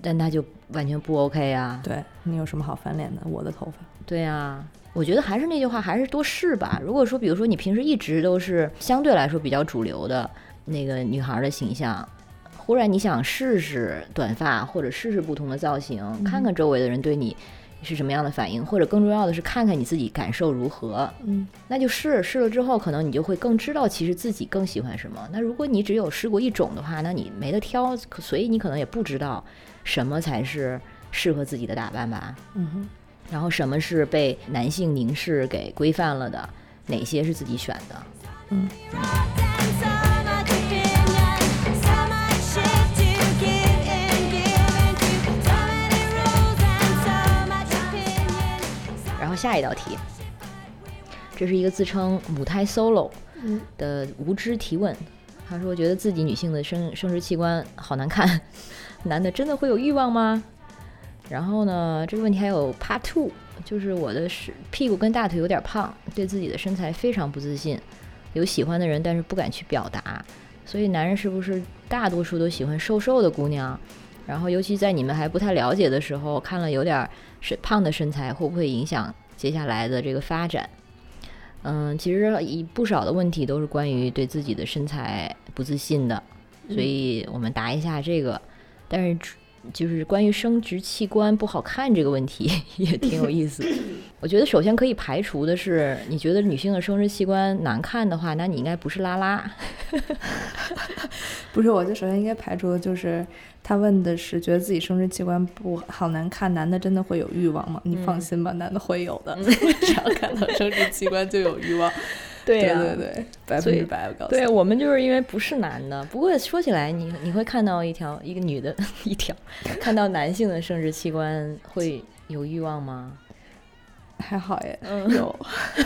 Speaker 1: 但他就完全不 OK 啊，
Speaker 2: 对你有什么好翻脸的？我的头发，
Speaker 1: 对啊，我觉得还是那句话，还是多试吧。如果说，比如说你平时一直都是相对来说比较主流的那个女孩的形象，忽然你想试试短发或者试试不同的造型，看看周围的人对你是什么样的反应，或者更重要的是看看你自己感受如何。
Speaker 2: 嗯，
Speaker 1: 那就试试了之后，可能你就会更知道其实自己更喜欢什么。那如果你只有试过一种的话，那你没得挑，可所以你可能也不知道什么才是。适合自己的打扮吧。
Speaker 2: 嗯哼，
Speaker 1: 然后什么是被男性凝视给规范了的，哪些是自己选的？
Speaker 2: 嗯，
Speaker 1: 然后下一道题，这是一个自称母胎 solo 的无知提问。他说：“觉得自己女性的生生殖器官好难看， 男的真的会有欲望吗？”然后呢，这个问题还有 Part Two，就是我的是屁股跟大腿有点胖，对自己的身材非常不自信，有喜欢的人但是不敢去表达，所以男人是不是大多数都喜欢瘦瘦的姑娘？然后尤其在你们还不太了解的时候，看了有点是胖的身材，会不会影响接下来的这个发展？嗯，其实一不少的问题都是关于对自己的身材不自信的，所以我们答一下这个。但是出就是关于生殖器官不好看这个问题 也挺有意思。我觉得首先可以排除的是，你觉得女性的生殖器官难看的话，那你应该不是拉拉。
Speaker 2: 不是，我就首先应该排除的就是他问的是觉得自己生殖器官不好难看，男的真的会有欲望吗？
Speaker 1: 嗯
Speaker 2: 你放心吧，男的会有的， 只要看到生殖器官就有欲望。
Speaker 1: 对
Speaker 2: 对啊对对，百分
Speaker 1: 所以
Speaker 2: 之百，我告诉你。
Speaker 1: 对我们就是因为不是男的，不过说起来你，你会看到一条一个女的， 一条看到男性的生殖器官会有欲望吗？
Speaker 2: 还好耶，
Speaker 1: 嗯
Speaker 2: 有。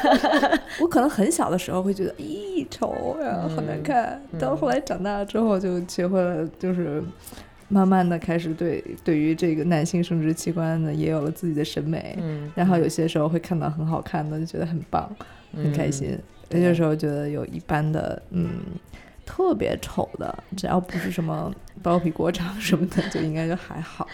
Speaker 2: 我可能很小的时候会觉得，咦，丑呀，好难
Speaker 1: 嗯
Speaker 2: 看。到后来长大了之后，就学会了，就是慢慢的开始对对于这个男性生殖器官呢，也有了自己的审美。
Speaker 1: 嗯，
Speaker 2: 然后有些时候会看到很好看的，就觉得很棒，
Speaker 1: 嗯
Speaker 2: 很开心；有些时候觉得有一般的，嗯。特别丑的，
Speaker 1: 嗯
Speaker 2: 只要不是什么包皮过长什么的，就应该就还好。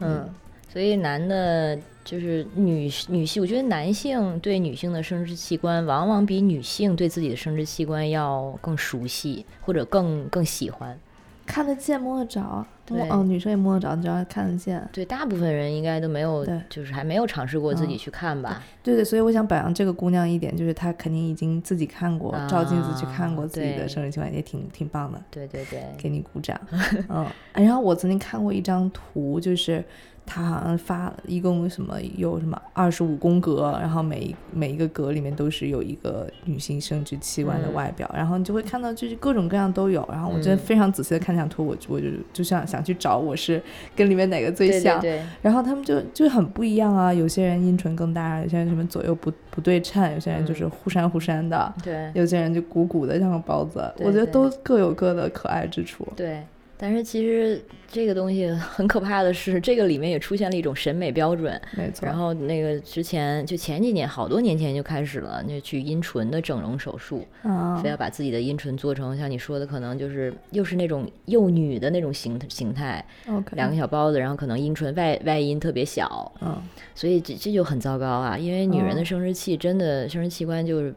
Speaker 1: 嗯，所以男的，就是女女性，我觉得男性对女性的生殖器官，往往比女性对自己的生殖器官要更熟悉，或者更更喜欢。
Speaker 2: 看得见摸得着，
Speaker 1: 对
Speaker 2: 摸哦，女生也摸得着，你只要看得见。
Speaker 1: 对，大部分人应该都没有
Speaker 2: 对，
Speaker 1: 就是还没有尝试过自己
Speaker 2: 嗯
Speaker 1: 去看吧。
Speaker 2: 对对，所以我想表扬这个姑娘一点，就是她肯定已经自己看过，照镜子去看过
Speaker 1: 啊
Speaker 2: 自己
Speaker 1: 对
Speaker 2: 的生殖器官，也挺挺棒的，
Speaker 1: 对对对，
Speaker 2: 给你鼓 掌。嗯，然后我曾经看过一张图，就是她好像发一共什么有什么二十五宫格，然后每一每一个格里面都是有一个女性生殖器官的
Speaker 1: 嗯
Speaker 2: 外表，然后你就会看到就是各种各样都有。然后我真的
Speaker 1: 嗯
Speaker 2: 非常仔细的看这张图，我就我就就想想去找我是跟里面哪个最
Speaker 1: 对
Speaker 2: 像
Speaker 1: 对。对，
Speaker 2: 然后他们就就很不一样啊，有些人阴唇更大，有些人什么左右不不对称，有些人
Speaker 1: 嗯
Speaker 2: 就是忽闪忽闪的，
Speaker 1: 对
Speaker 2: 有些人就鼓鼓的像个包子。
Speaker 1: 对
Speaker 2: 我觉得
Speaker 1: 嗯对
Speaker 2: 都各有各的可爱之处。
Speaker 1: 对，但是其实这个东西很可怕的是，这个里面也出现了一种审美标准。
Speaker 2: 没错
Speaker 1: 然，后那个之前就前几年，好多年前就开始了，那去阴唇的整容手术，
Speaker 2: 啊
Speaker 1: 非要把自己的阴唇做成像你说的，可能就是又是那种幼女的那种形形态，
Speaker 2: ，OK，
Speaker 1: 两个小包子，然后可能阴唇外外阴特别小，
Speaker 2: 嗯，
Speaker 1: 所以这这就很糟糕啊，因为女人
Speaker 2: 哦
Speaker 1: 的生殖器真的生殖器官就是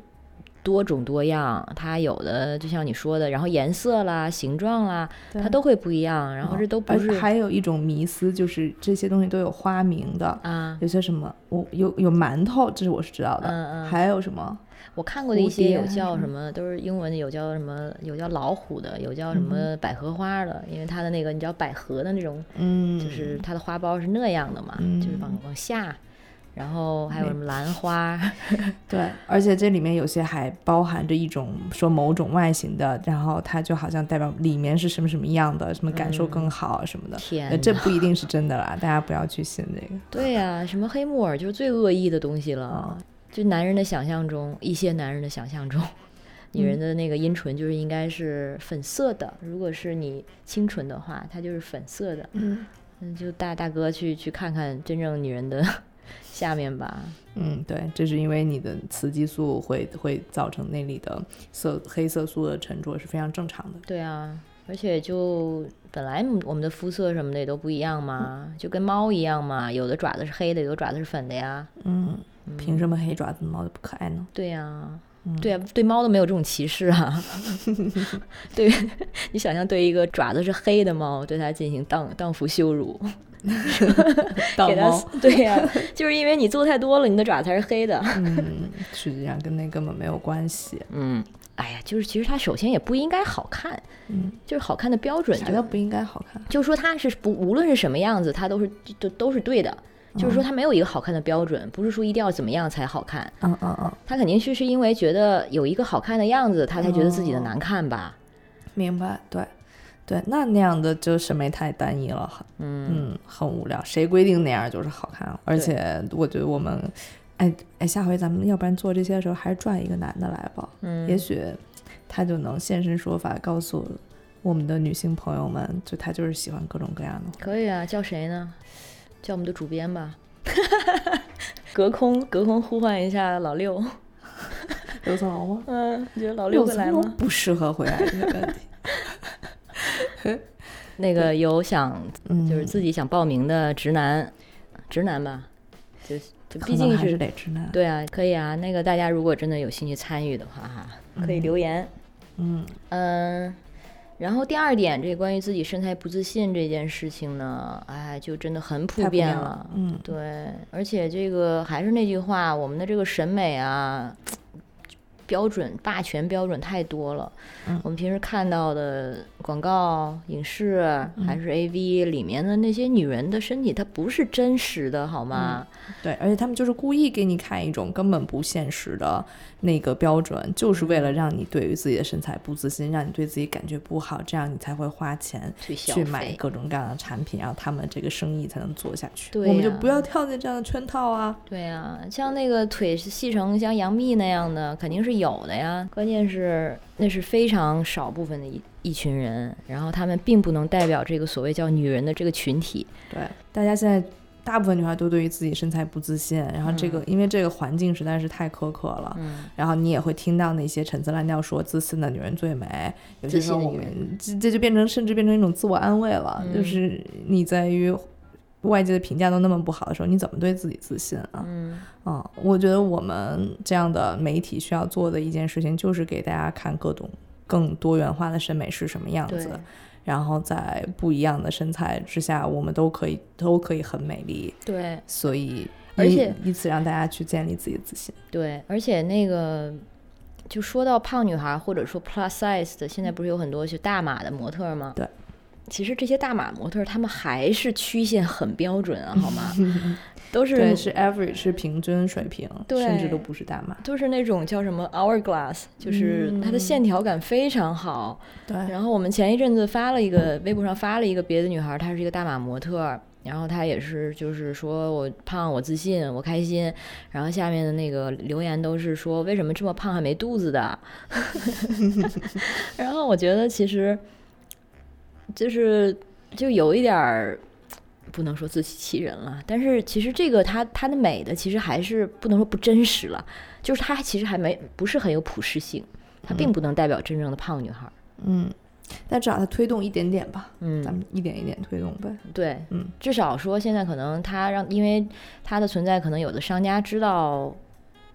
Speaker 1: 多种多样，它有的就像你说的，然后颜色啦、形状啦，
Speaker 2: 对嗯
Speaker 1: 它都会不一样，然后这都
Speaker 2: 而
Speaker 1: 不是
Speaker 2: 还有一种迷思，就是这些东西都有花名的，
Speaker 1: 啊。
Speaker 2: 有些什么我有有馒头，这是我是知道的，
Speaker 1: 嗯嗯
Speaker 2: 还有什么
Speaker 1: 我看过的一
Speaker 2: 蝴
Speaker 1: 些
Speaker 2: 蝶
Speaker 1: 有
Speaker 2: 啊
Speaker 1: 叫
Speaker 2: 什
Speaker 1: 什么，都是英文的，有叫什么，有叫老虎的，有叫什么百合花的，因为它的那个你知道百合的那种，
Speaker 2: 嗯，
Speaker 1: 就是它的花苞是那样的嘛，就是往往下，然后还有什么兰花，
Speaker 2: 对，而且这里面有些还包含着一种说某种外形的，然后它就好像代表里面是什么什么样的，什么感受更好什么的。
Speaker 1: 天
Speaker 2: 呃，这不一定是真的啦，大家不要去信这个。
Speaker 1: 对呀、什么黑木耳就是最恶意的东西了，
Speaker 2: 啊
Speaker 1: 就男人的想象中，一些男人的想象中，女人的那个阴唇就是应该是粉色的，如果是你清纯的话，它就是粉色的，
Speaker 2: 嗯
Speaker 1: 那就大大哥去去看看真正女人的 下面吧，
Speaker 2: 嗯，对，这是因为你的雌激素会会造成内里的色黑色素的沉着是非常正常的。
Speaker 1: 对啊，而且就本来我们的肤色什么的也都不一样嘛，就跟猫一样嘛，有的爪子是黑的，有的爪子是粉的呀。
Speaker 2: 嗯，凭什么黑爪子的猫就不可爱 呢？
Speaker 1: 对呀、
Speaker 2: 嗯
Speaker 1: 对呀、啊对猫都没有这种歧视 啊。对，你想象对一个爪子是黑的猫，对它进行荡荡妇羞 辱，
Speaker 2: 盗
Speaker 1: 给它
Speaker 2: 猫，
Speaker 1: 对呀、就是因为你做太多了，你的爪才是黑的。
Speaker 2: 嗯，实际上跟那根本没有关系。
Speaker 1: 嗯，哎呀，就是其实它首先也不应该好看，
Speaker 2: 嗯，
Speaker 1: 就是好看的标准
Speaker 2: 啥
Speaker 1: 就
Speaker 2: 叫不应该好看？
Speaker 1: 就是说它是不无论是什么样子，它都是都都是对的。
Speaker 2: 嗯
Speaker 1: 就是说，它没有一个好看的标准，不是说一定要怎么样才好看。
Speaker 2: 嗯嗯嗯，
Speaker 1: 他肯定是是因为觉得有一个好看的样子，他才觉得自己
Speaker 2: 哦
Speaker 1: 的难看吧。
Speaker 2: 明白，对，对，那那样的就审美太单一了，很
Speaker 1: 嗯，
Speaker 2: 嗯，很无聊。谁规定那样就是好看啊？而
Speaker 1: 对
Speaker 2: 且我觉得我们，哎哎，下回咱们要不然做这些的时候，还是拽一个男的来吧，
Speaker 1: 嗯
Speaker 2: 也许他就能现身说法，告诉我们的女性朋友们，就他就是喜欢各种各样的。
Speaker 1: 可以啊，叫谁呢？叫我们的主编 吧。隔空隔空呼唤一下老六，
Speaker 2: 刘子豪吗？
Speaker 1: 嗯，你觉得老
Speaker 2: 刘
Speaker 1: 六会
Speaker 2: 子
Speaker 1: 来
Speaker 2: 豪
Speaker 1: 吗？
Speaker 2: 不适合回来这个 问题。
Speaker 1: 那个有想
Speaker 2: 嗯，
Speaker 1: 就是自己想报名的直男，直男吧，就就
Speaker 2: 可
Speaker 1: 毕
Speaker 2: 能
Speaker 1: 竟
Speaker 2: 还
Speaker 1: 是
Speaker 2: 是得直男。
Speaker 1: 对啊，可以啊。那个大家如果真的有兴趣参与的话，哈，可以留言。
Speaker 2: 嗯
Speaker 1: 嗯，然后第二点，这关于自己身材不自信这件事情呢，哎，就真的很普
Speaker 2: 太不一
Speaker 1: 遍
Speaker 2: 样
Speaker 1: 了。
Speaker 2: 嗯，
Speaker 1: 对，而且这个还是那句话，我们的这个审美啊，标准霸权标准太多了。
Speaker 2: 嗯
Speaker 1: 我们平时看到的广告、影视
Speaker 2: 嗯
Speaker 1: 还是 AV 里面的那些女人的身体，它不是真实的，好吗？
Speaker 2: 对，而且他们就是故意给你看一种根本不现实的那个标准，就是为
Speaker 1: 嗯
Speaker 2: 了让你对于自己的身材不自信，让你对自己感觉不好，这样你才会花钱
Speaker 1: 去消
Speaker 2: 去买
Speaker 1: 费，
Speaker 2: 各种各样的产品，然后他们这个生意才能做下去。
Speaker 1: 对
Speaker 2: 我们就
Speaker 1: 呀
Speaker 2: 不要跳进这样的圈套啊！
Speaker 1: 对呀、像那个腿是细成像杨幂那样的，肯定是有的呀。关键是那是非常少部分的一一群人，然后他们并不能代表这个所谓叫女人的这个群体。
Speaker 2: 对，大家现在大部分女孩都对于自己身材不自信，然后这个、因为这个环境实在是太苛刻了，
Speaker 1: 嗯，
Speaker 2: 然后你也会听到那些陈词滥调说自信的女人最美，有些
Speaker 1: 自
Speaker 2: 时
Speaker 1: 信
Speaker 2: 候
Speaker 1: 的
Speaker 2: 我
Speaker 1: 女
Speaker 2: 们这这就变成甚至变成一种自我安慰了，
Speaker 1: 嗯
Speaker 2: 就是你在于外界的评价都那么不好的时候，你怎么对自己自信啊？
Speaker 1: 嗯，
Speaker 2: 嗯，我觉得我们这样的媒体需要做的一件事情，就是给大家看各种更多元化的审美是什么样
Speaker 1: 对
Speaker 2: 子，然后在不一样的身材之下，我们都可以都可以很美丽，
Speaker 1: 对
Speaker 2: 所以
Speaker 1: 而
Speaker 2: 以
Speaker 1: 且
Speaker 2: 以此让大家去建立自己的自信。
Speaker 1: 对，而且那个。就说到胖女孩或者说 plus size 的，现在不是有很多就大码的模特儿吗？
Speaker 2: 对，
Speaker 1: 其实这些大码模特儿她们还是曲线很标准啊，好 吗？都是
Speaker 2: 对，是 average 是平均水平，
Speaker 1: 对
Speaker 2: 甚至都不是大码。
Speaker 1: 就是那种叫什么 hourglass，就是
Speaker 2: 嗯
Speaker 1: 它的线条感非常好。
Speaker 2: 对，
Speaker 1: 然后我们前一阵子发了一个微博上发了一个别的女孩，她是一个大码模特儿，然后她也是就是说我胖我自信我开心，然后下面的那个留言都是说为什么这么胖还没肚子的， 然后我觉得其实就是就有一点儿。不能说自欺欺人了，但是其实这个它它的美的其实还是不能说不真实了，就是它其实还没不是很有普适性，它并不能代表真正的胖女孩儿。
Speaker 2: 嗯，但至少它推动一点点吧，
Speaker 1: 嗯，
Speaker 2: 咱们一点一点推动呗。
Speaker 1: 对，
Speaker 2: 嗯，
Speaker 1: 至少说现在可能它让，因为它的存在，可能有的商家知道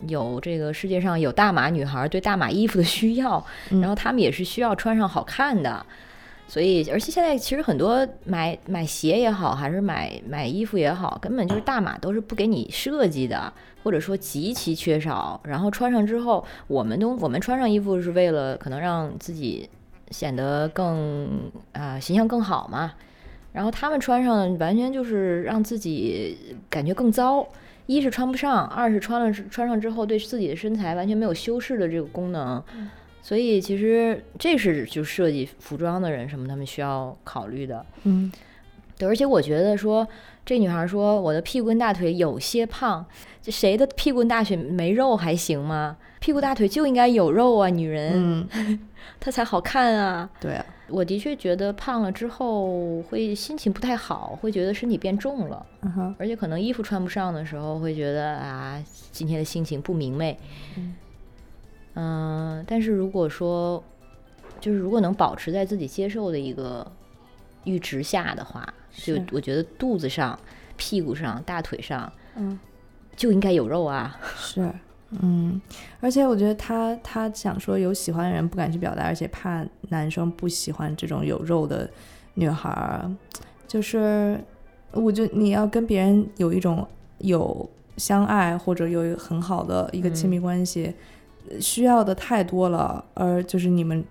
Speaker 1: 有这个世界上有大码女孩对大码衣服的需要，
Speaker 2: 嗯
Speaker 1: 然后他们也是需要穿上好看的。所以，而且现在其实很多买买鞋也好，还是买买衣服也好，根本就是大码都是不给你设计的，或者说极其缺少。然后穿上之后，我们都我们穿上衣服是为了可能让自己显得更啊、形象更好嘛，然后他们穿上完全就是让自己感觉更糟，一是穿不上，二是穿了穿上之后对自己的身材完全没有修饰的这个功能，所以其实这是就设计服装的人什么他们需要考虑的。
Speaker 2: 嗯，
Speaker 1: 对，而且我觉得说这女孩说我的屁股跟大腿有些胖，这谁的屁股跟大腿没肉还行吗？屁股大腿就应该有肉啊，女人、
Speaker 2: 嗯，
Speaker 1: 她才好看啊。
Speaker 2: 对啊，
Speaker 1: 我的确觉得胖了之后会心情不太好，会觉得身体变重了，
Speaker 2: 嗯哼，
Speaker 1: 而且可能衣服穿不上的时候会觉得啊，今天的心情不明媚。
Speaker 2: 嗯
Speaker 1: 嗯、但是如果说，就是如果能保持在自己接受的一个阈值下的话，就是我觉得肚子上、屁股上、大腿上
Speaker 2: 嗯，
Speaker 1: 就应该有肉啊。
Speaker 2: 是。嗯，而且我觉得他他想说有喜欢的人不敢去表达，而且怕男生不喜欢这种有肉的女孩儿，就是我觉得你要跟别人有一种有相爱或者有一个很好的一个亲密关系，需要的太多了，而就是你们，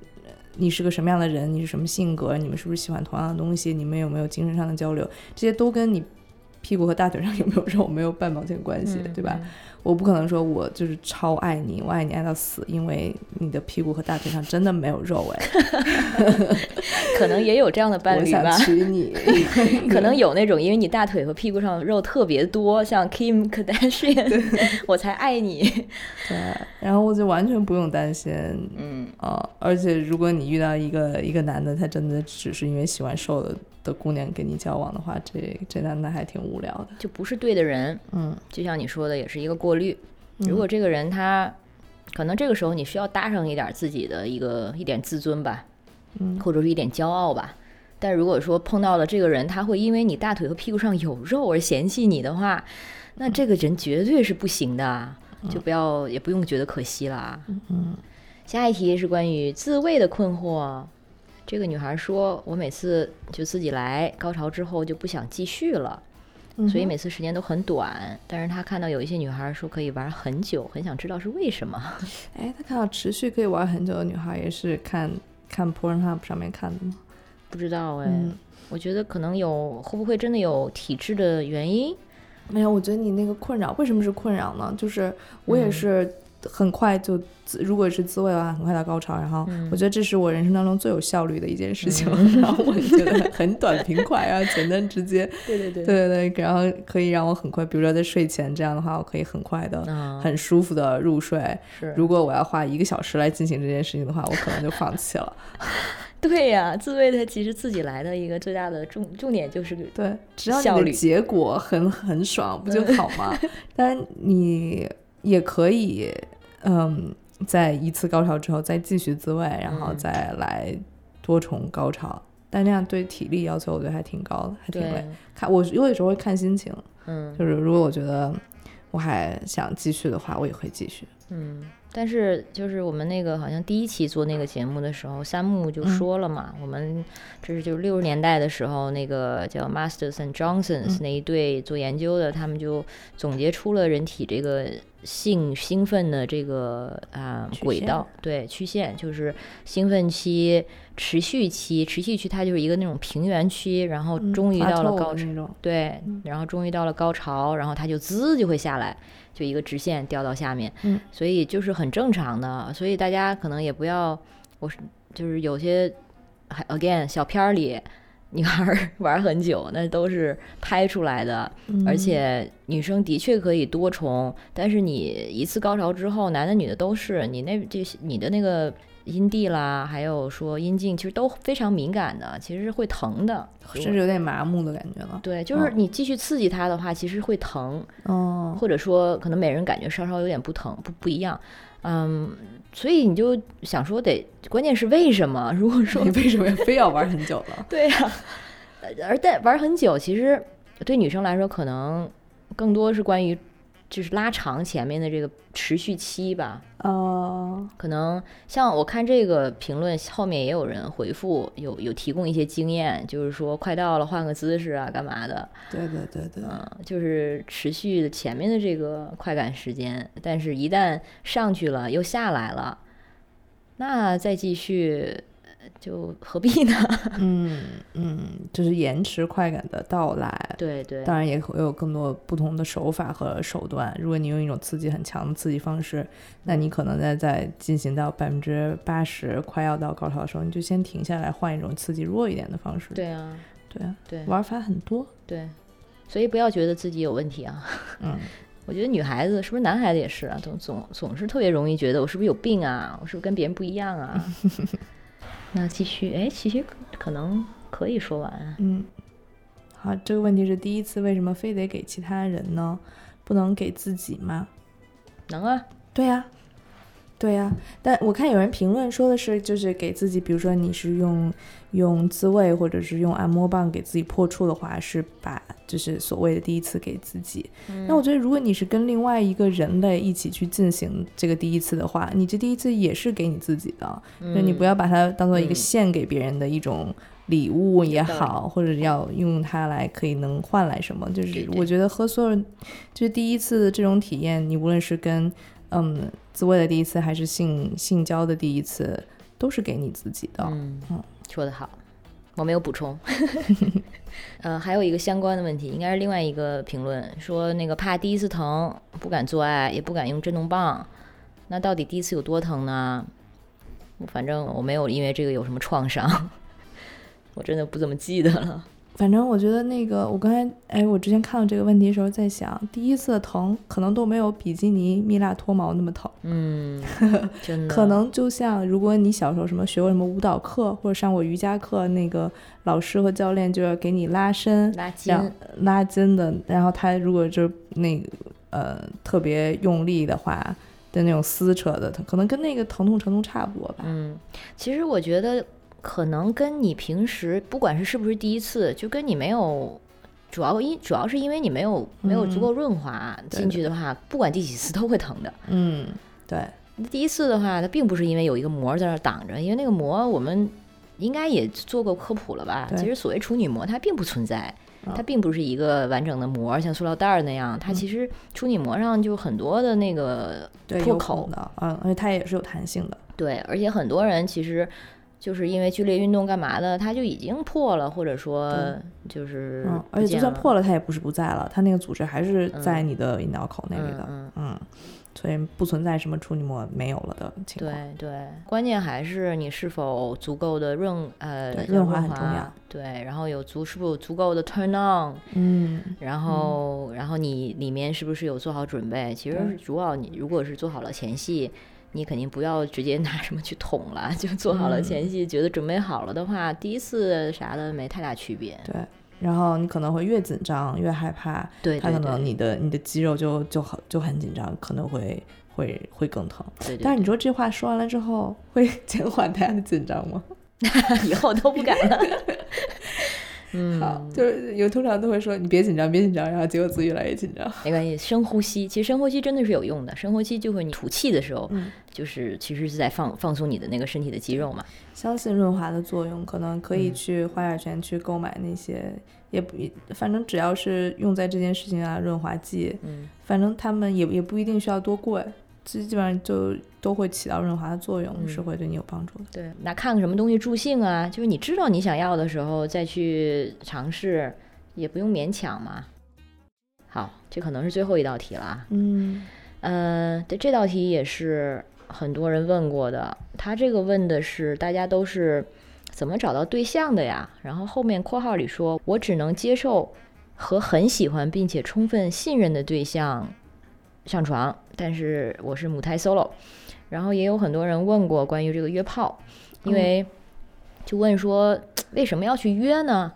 Speaker 2: 你是个什么样的人，你是什么性格，你们是不是喜欢同样的东西，你们有没有精神上的交流，这些都跟你屁股和大腿上有没有肉没有半毛钱关系，对吧？？我不可能说我就是超爱你，我爱你爱到死，因为你的屁股和大腿上真的没有肉哎，
Speaker 1: 可能也有这样的 伴
Speaker 2: 我
Speaker 1: 侣
Speaker 2: 想
Speaker 1: 吧。
Speaker 2: 娶 你。
Speaker 1: 可能有那种，因为你大腿和屁股上肉特别多，像 Kim Kardashian，我才 爱你。
Speaker 2: 对，然后我就完全不用担心
Speaker 1: 嗯，
Speaker 2: 啊、而且如果你遇到一个一个男的，他真的只是因为喜欢瘦的的姑娘跟你交往的话，这这男的还挺无聊的。
Speaker 1: 就不是对的人，
Speaker 2: 嗯，
Speaker 1: 就像你说的，也是一个过滤。
Speaker 2: 嗯
Speaker 1: 如果这个人他，可能这个时候你需要搭上一点自己的一个一点自尊吧，
Speaker 2: 嗯
Speaker 1: 或者是一点骄傲吧。但如果说碰到了这个人，他会因为你大腿和屁股上有肉而嫌弃你的话，那这个人绝对是不行的，就不要也不用觉得可惜啦。
Speaker 2: 嗯
Speaker 1: 下一题是关于自慰的困惑。这个女孩说：“我每次就自己来高潮之后就不想继续了，
Speaker 2: 嗯
Speaker 1: 所以
Speaker 2: 哼
Speaker 1: 每次时间都很短。但是她看到有一些女孩说可以玩很久，很想知道是为什么。
Speaker 2: 哎，他看到持续可以玩很久的女孩，也是看看 Pornhub 上面看的吗？
Speaker 1: 不知道哎，
Speaker 2: 嗯，
Speaker 1: 我觉得可能有会不会真的有体质的原因？
Speaker 2: 没有，我觉得你那个困扰为什么是困扰呢？就是我也是很快就自，如果是自慰的话，很快到高潮，然后我觉得这是我人生当中最有效率的一件事情， 然后我觉得很短平快，然后简单直接，
Speaker 1: 对对对
Speaker 2: 对对对，然后可以让我很快，比如说在睡前这样的话，我可以很快的。
Speaker 1: 嗯，
Speaker 2: 很舒服的入睡。
Speaker 1: 是
Speaker 2: 如果我要花一个小时来进行这件事情的话，我可能就放弃了。
Speaker 1: 对呀、自慰它其实自己来的一个最大的重重点就是
Speaker 2: 对，只要
Speaker 1: 效
Speaker 2: 你的
Speaker 1: 率
Speaker 2: 结果很很爽，不就好 吗？当然，你也可以，嗯，在一次高潮之后再继续自慰，然后
Speaker 1: 嗯
Speaker 2: 再来多重高潮。但那样对体力要求，我觉得还挺高的，还挺累
Speaker 1: 对。，
Speaker 2: 看我我有时候会看心情，
Speaker 1: 嗯
Speaker 2: 就是如果我觉得我还想继续的话，我也会继续。
Speaker 1: 嗯。但是就是我们那个好像第一期做那个节目的时候，三木就
Speaker 2: 嗯
Speaker 1: 说了嘛，我们这是就是六十年代的时候，那个叫 Masters and Johnsons
Speaker 2: 嗯
Speaker 1: 那一对做研究的，他们就总结出了人体这个性兴奋的这个啊、
Speaker 2: 曲
Speaker 1: 轨
Speaker 2: 线
Speaker 1: 道，对曲线就是兴奋期、持续期，持续期它就是一个那种平原期，然后
Speaker 2: 嗯
Speaker 1: 终于
Speaker 2: 发
Speaker 1: 到了
Speaker 2: 臭
Speaker 1: 高
Speaker 2: 的
Speaker 1: 潮。
Speaker 2: 那种，
Speaker 1: 对
Speaker 2: 嗯，
Speaker 1: 然后终于到了高潮，然后它就滋就会下来，就一个直线掉到下面，
Speaker 2: 嗯
Speaker 1: 所以就是很正常的，所以大家可能也不要，我是就是有些还 again 小片儿里女孩儿 玩很久，那都是拍出来的，
Speaker 2: 嗯
Speaker 1: 而且女生的确可以多重，但是你一次高潮之后，男的女的都是，你那这些你的那个阴蒂啦，还有说阴茎，其实都非常敏感的，其实是会疼的，
Speaker 2: 甚至有点麻木的感觉了。
Speaker 1: 对，就是
Speaker 2: 嗯
Speaker 1: 你继续刺激它的话，其实会疼，
Speaker 2: 哦，
Speaker 1: 或者说可能每人感觉稍稍有点不疼，不不一样。嗯，所以你就想说得，关键是为什么？ 如果说
Speaker 2: 你 为什么非要玩很久 了？
Speaker 1: 对呀、呃而但玩很久，其实对女生来说，可能更多是关于就是拉长前面的这个持续期吧。
Speaker 2: 哦，
Speaker 1: 可能像我看这个评论后面也有人回复，有有提供一些经验，就是说快到了换个姿势啊，干嘛的。
Speaker 2: 对对对对，
Speaker 1: 嗯，就是持续的前面的这个快感时间，但是一旦上去了又下来了，那再继续呃就何必呢？
Speaker 2: 嗯嗯，就是延迟快感的到来。
Speaker 1: 对对，
Speaker 2: 当然也会有更多不同的手法和手段。如果你用一种刺激很强的刺激方式，那你可能在在进行到百分之八十快要到高潮的时候，你就先停下来，换一种刺激弱一点的方式。
Speaker 1: 对啊，
Speaker 2: 对啊，
Speaker 1: 对
Speaker 2: 玩法很多。
Speaker 1: 对，所以不要觉得自己有问题啊。
Speaker 2: 嗯，
Speaker 1: 我觉得女孩子是不是男孩子也是啊，总总总是特别容易觉得我是不是有病啊，我是不是跟别人不一样 啊？那继续，哎，其实可能可以说完啊。
Speaker 2: 嗯，好，这个问题是第一次，为什么非得给其他人呢？不能给自己吗？
Speaker 1: 能啊，
Speaker 2: 对呀、对呀、但我看有人评论说的是，就是给自己，比如说你是用用自慰或者是用按摩棒给自己破处的话，是把就是所谓的第一次给自己。
Speaker 1: 嗯
Speaker 2: 那我觉得，如果你是跟另外一个人类一起去进行这个第一次的话，你这第一次也是给你自己的，就你不
Speaker 1: 要
Speaker 2: 要把它当做一
Speaker 1: 嗯
Speaker 2: 个献给别人的一种。礼物也
Speaker 1: 有道理
Speaker 2: 好，或者要用它来可以能换来什么，就是
Speaker 1: 对对
Speaker 2: 我觉得和所有人就是第一次的这种体验，你无论是跟嗯自慰的第一次，还是性性交的第一次，都是给你自己的。
Speaker 1: 嗯
Speaker 2: 嗯，
Speaker 1: 说得好，我没有补 充。呃，还有一个相关的问题，应该是另外一个评论说，那个怕第一次疼，不敢做爱，也不敢用震动棒，那到底第一次有多疼呢？我反正我没有因为这个有什么创伤， 我真的不怎么记得了。
Speaker 2: 反正我觉得那个，我刚才哎，我之前看到这个问题的时候，在想，第一次的疼可能都没有比基尼蜜蜡脱毛那么疼，
Speaker 1: 嗯，真的
Speaker 2: 可能就像如果你小时候什么学过什么舞蹈课或者上过瑜伽课，那个老师和教练就要给你拉伸、
Speaker 1: 拉筋
Speaker 2: 然后拉筋的，然后他如果就是那个呃特别用力的话的那种撕扯的疼，可能跟那个疼痛程度差不多吧。
Speaker 1: 嗯，其实我觉得可能跟你平时不管是是不是第一次，就跟你没有。主要因主要是因为你没有没有足够润滑、
Speaker 2: 嗯对
Speaker 1: 进
Speaker 2: 的
Speaker 1: 去的话，不管第几次都会疼的。
Speaker 2: 嗯，对，
Speaker 1: 第一次的话，它并不是因为有一个膜在那儿挡着，因为那个膜我们应该也做过科普了吧？
Speaker 2: 对
Speaker 1: 其实所谓处女膜它并不存在，
Speaker 2: 嗯
Speaker 1: 它并不是一个完整的膜，像塑料袋儿那样。它其实处女膜上就很多的那个
Speaker 2: 对，
Speaker 1: 破
Speaker 2: 有可
Speaker 1: 口
Speaker 2: 能的，嗯，而且它也是有弹性的。
Speaker 1: 对，而且很多人其实就是因为剧烈运动干嘛的，他就已经破了，或者说就是
Speaker 2: 嗯，
Speaker 1: 不
Speaker 2: 而且就
Speaker 1: 见
Speaker 2: 算
Speaker 1: 了嗯
Speaker 2: 破了，它也不是不在了，它那个组织还是在你的阴道口那里的，
Speaker 1: 嗯嗯
Speaker 2: 嗯所以不存在什么处女膜没有了的情
Speaker 1: 对
Speaker 2: 况。
Speaker 1: 对，关键还是你是否足够的润呃
Speaker 2: 对
Speaker 1: 叫
Speaker 2: 润
Speaker 1: 滑
Speaker 2: 滑很重要，
Speaker 1: 对，然后有足是不是有足够的 turn on，
Speaker 2: 嗯，
Speaker 1: 然后、然后你里面是不是有做好准备？其实
Speaker 2: 对
Speaker 1: 主要你如果是做好了前戏，你肯定不要直接拿什么去捅了，就做好了
Speaker 2: 嗯
Speaker 1: 前戏，觉得准备好了的话，第一次啥的没太大区别。
Speaker 2: 对。然后你可能会越紧张越害怕，
Speaker 1: 对
Speaker 2: 它
Speaker 1: 对
Speaker 2: 可
Speaker 1: 对
Speaker 2: 能你的你的肌肉就就很就很紧张，可能会会会更疼。
Speaker 1: 对对
Speaker 2: 但是你说这话说完了之后，会 减缓大家的紧张吗？
Speaker 1: 以后都不敢了。 嗯，
Speaker 2: 好， 就是有通常都会说你别紧张，别紧张，然后结果自己越来越紧张。
Speaker 1: 没关系，深呼吸，其实深呼吸真的是有用的。深呼吸就是你吐气的时候，
Speaker 2: 嗯
Speaker 1: 就是其实是在放放松你的那个身体的肌肉嘛。
Speaker 2: 相信润滑的作用，可能可以去花点钱去购买那些，也不一，反正只要是用在这件事情啊，润滑剂，
Speaker 1: 嗯，
Speaker 2: 反正他们也也不一定需要多贵，基基本上就都会起到润滑的作用，
Speaker 1: 嗯
Speaker 2: 是会对你有帮助的。
Speaker 1: 对。那看看什么东西助兴啊，就是你知道你想要的时候再去尝试，也不用勉强嘛。好，这可能是最后一道题了。啊。
Speaker 2: 嗯，
Speaker 1: 嗯，对，这道题也是很多人问过的。他这个问的是大家都是怎么找到对象的呀？然后后面括号里说，我只能接受和很喜欢并且充分信任的对象上床，但是我是母胎 solo。然后也有很多人问过关于这个约炮，因为就问说为什么要去约呢？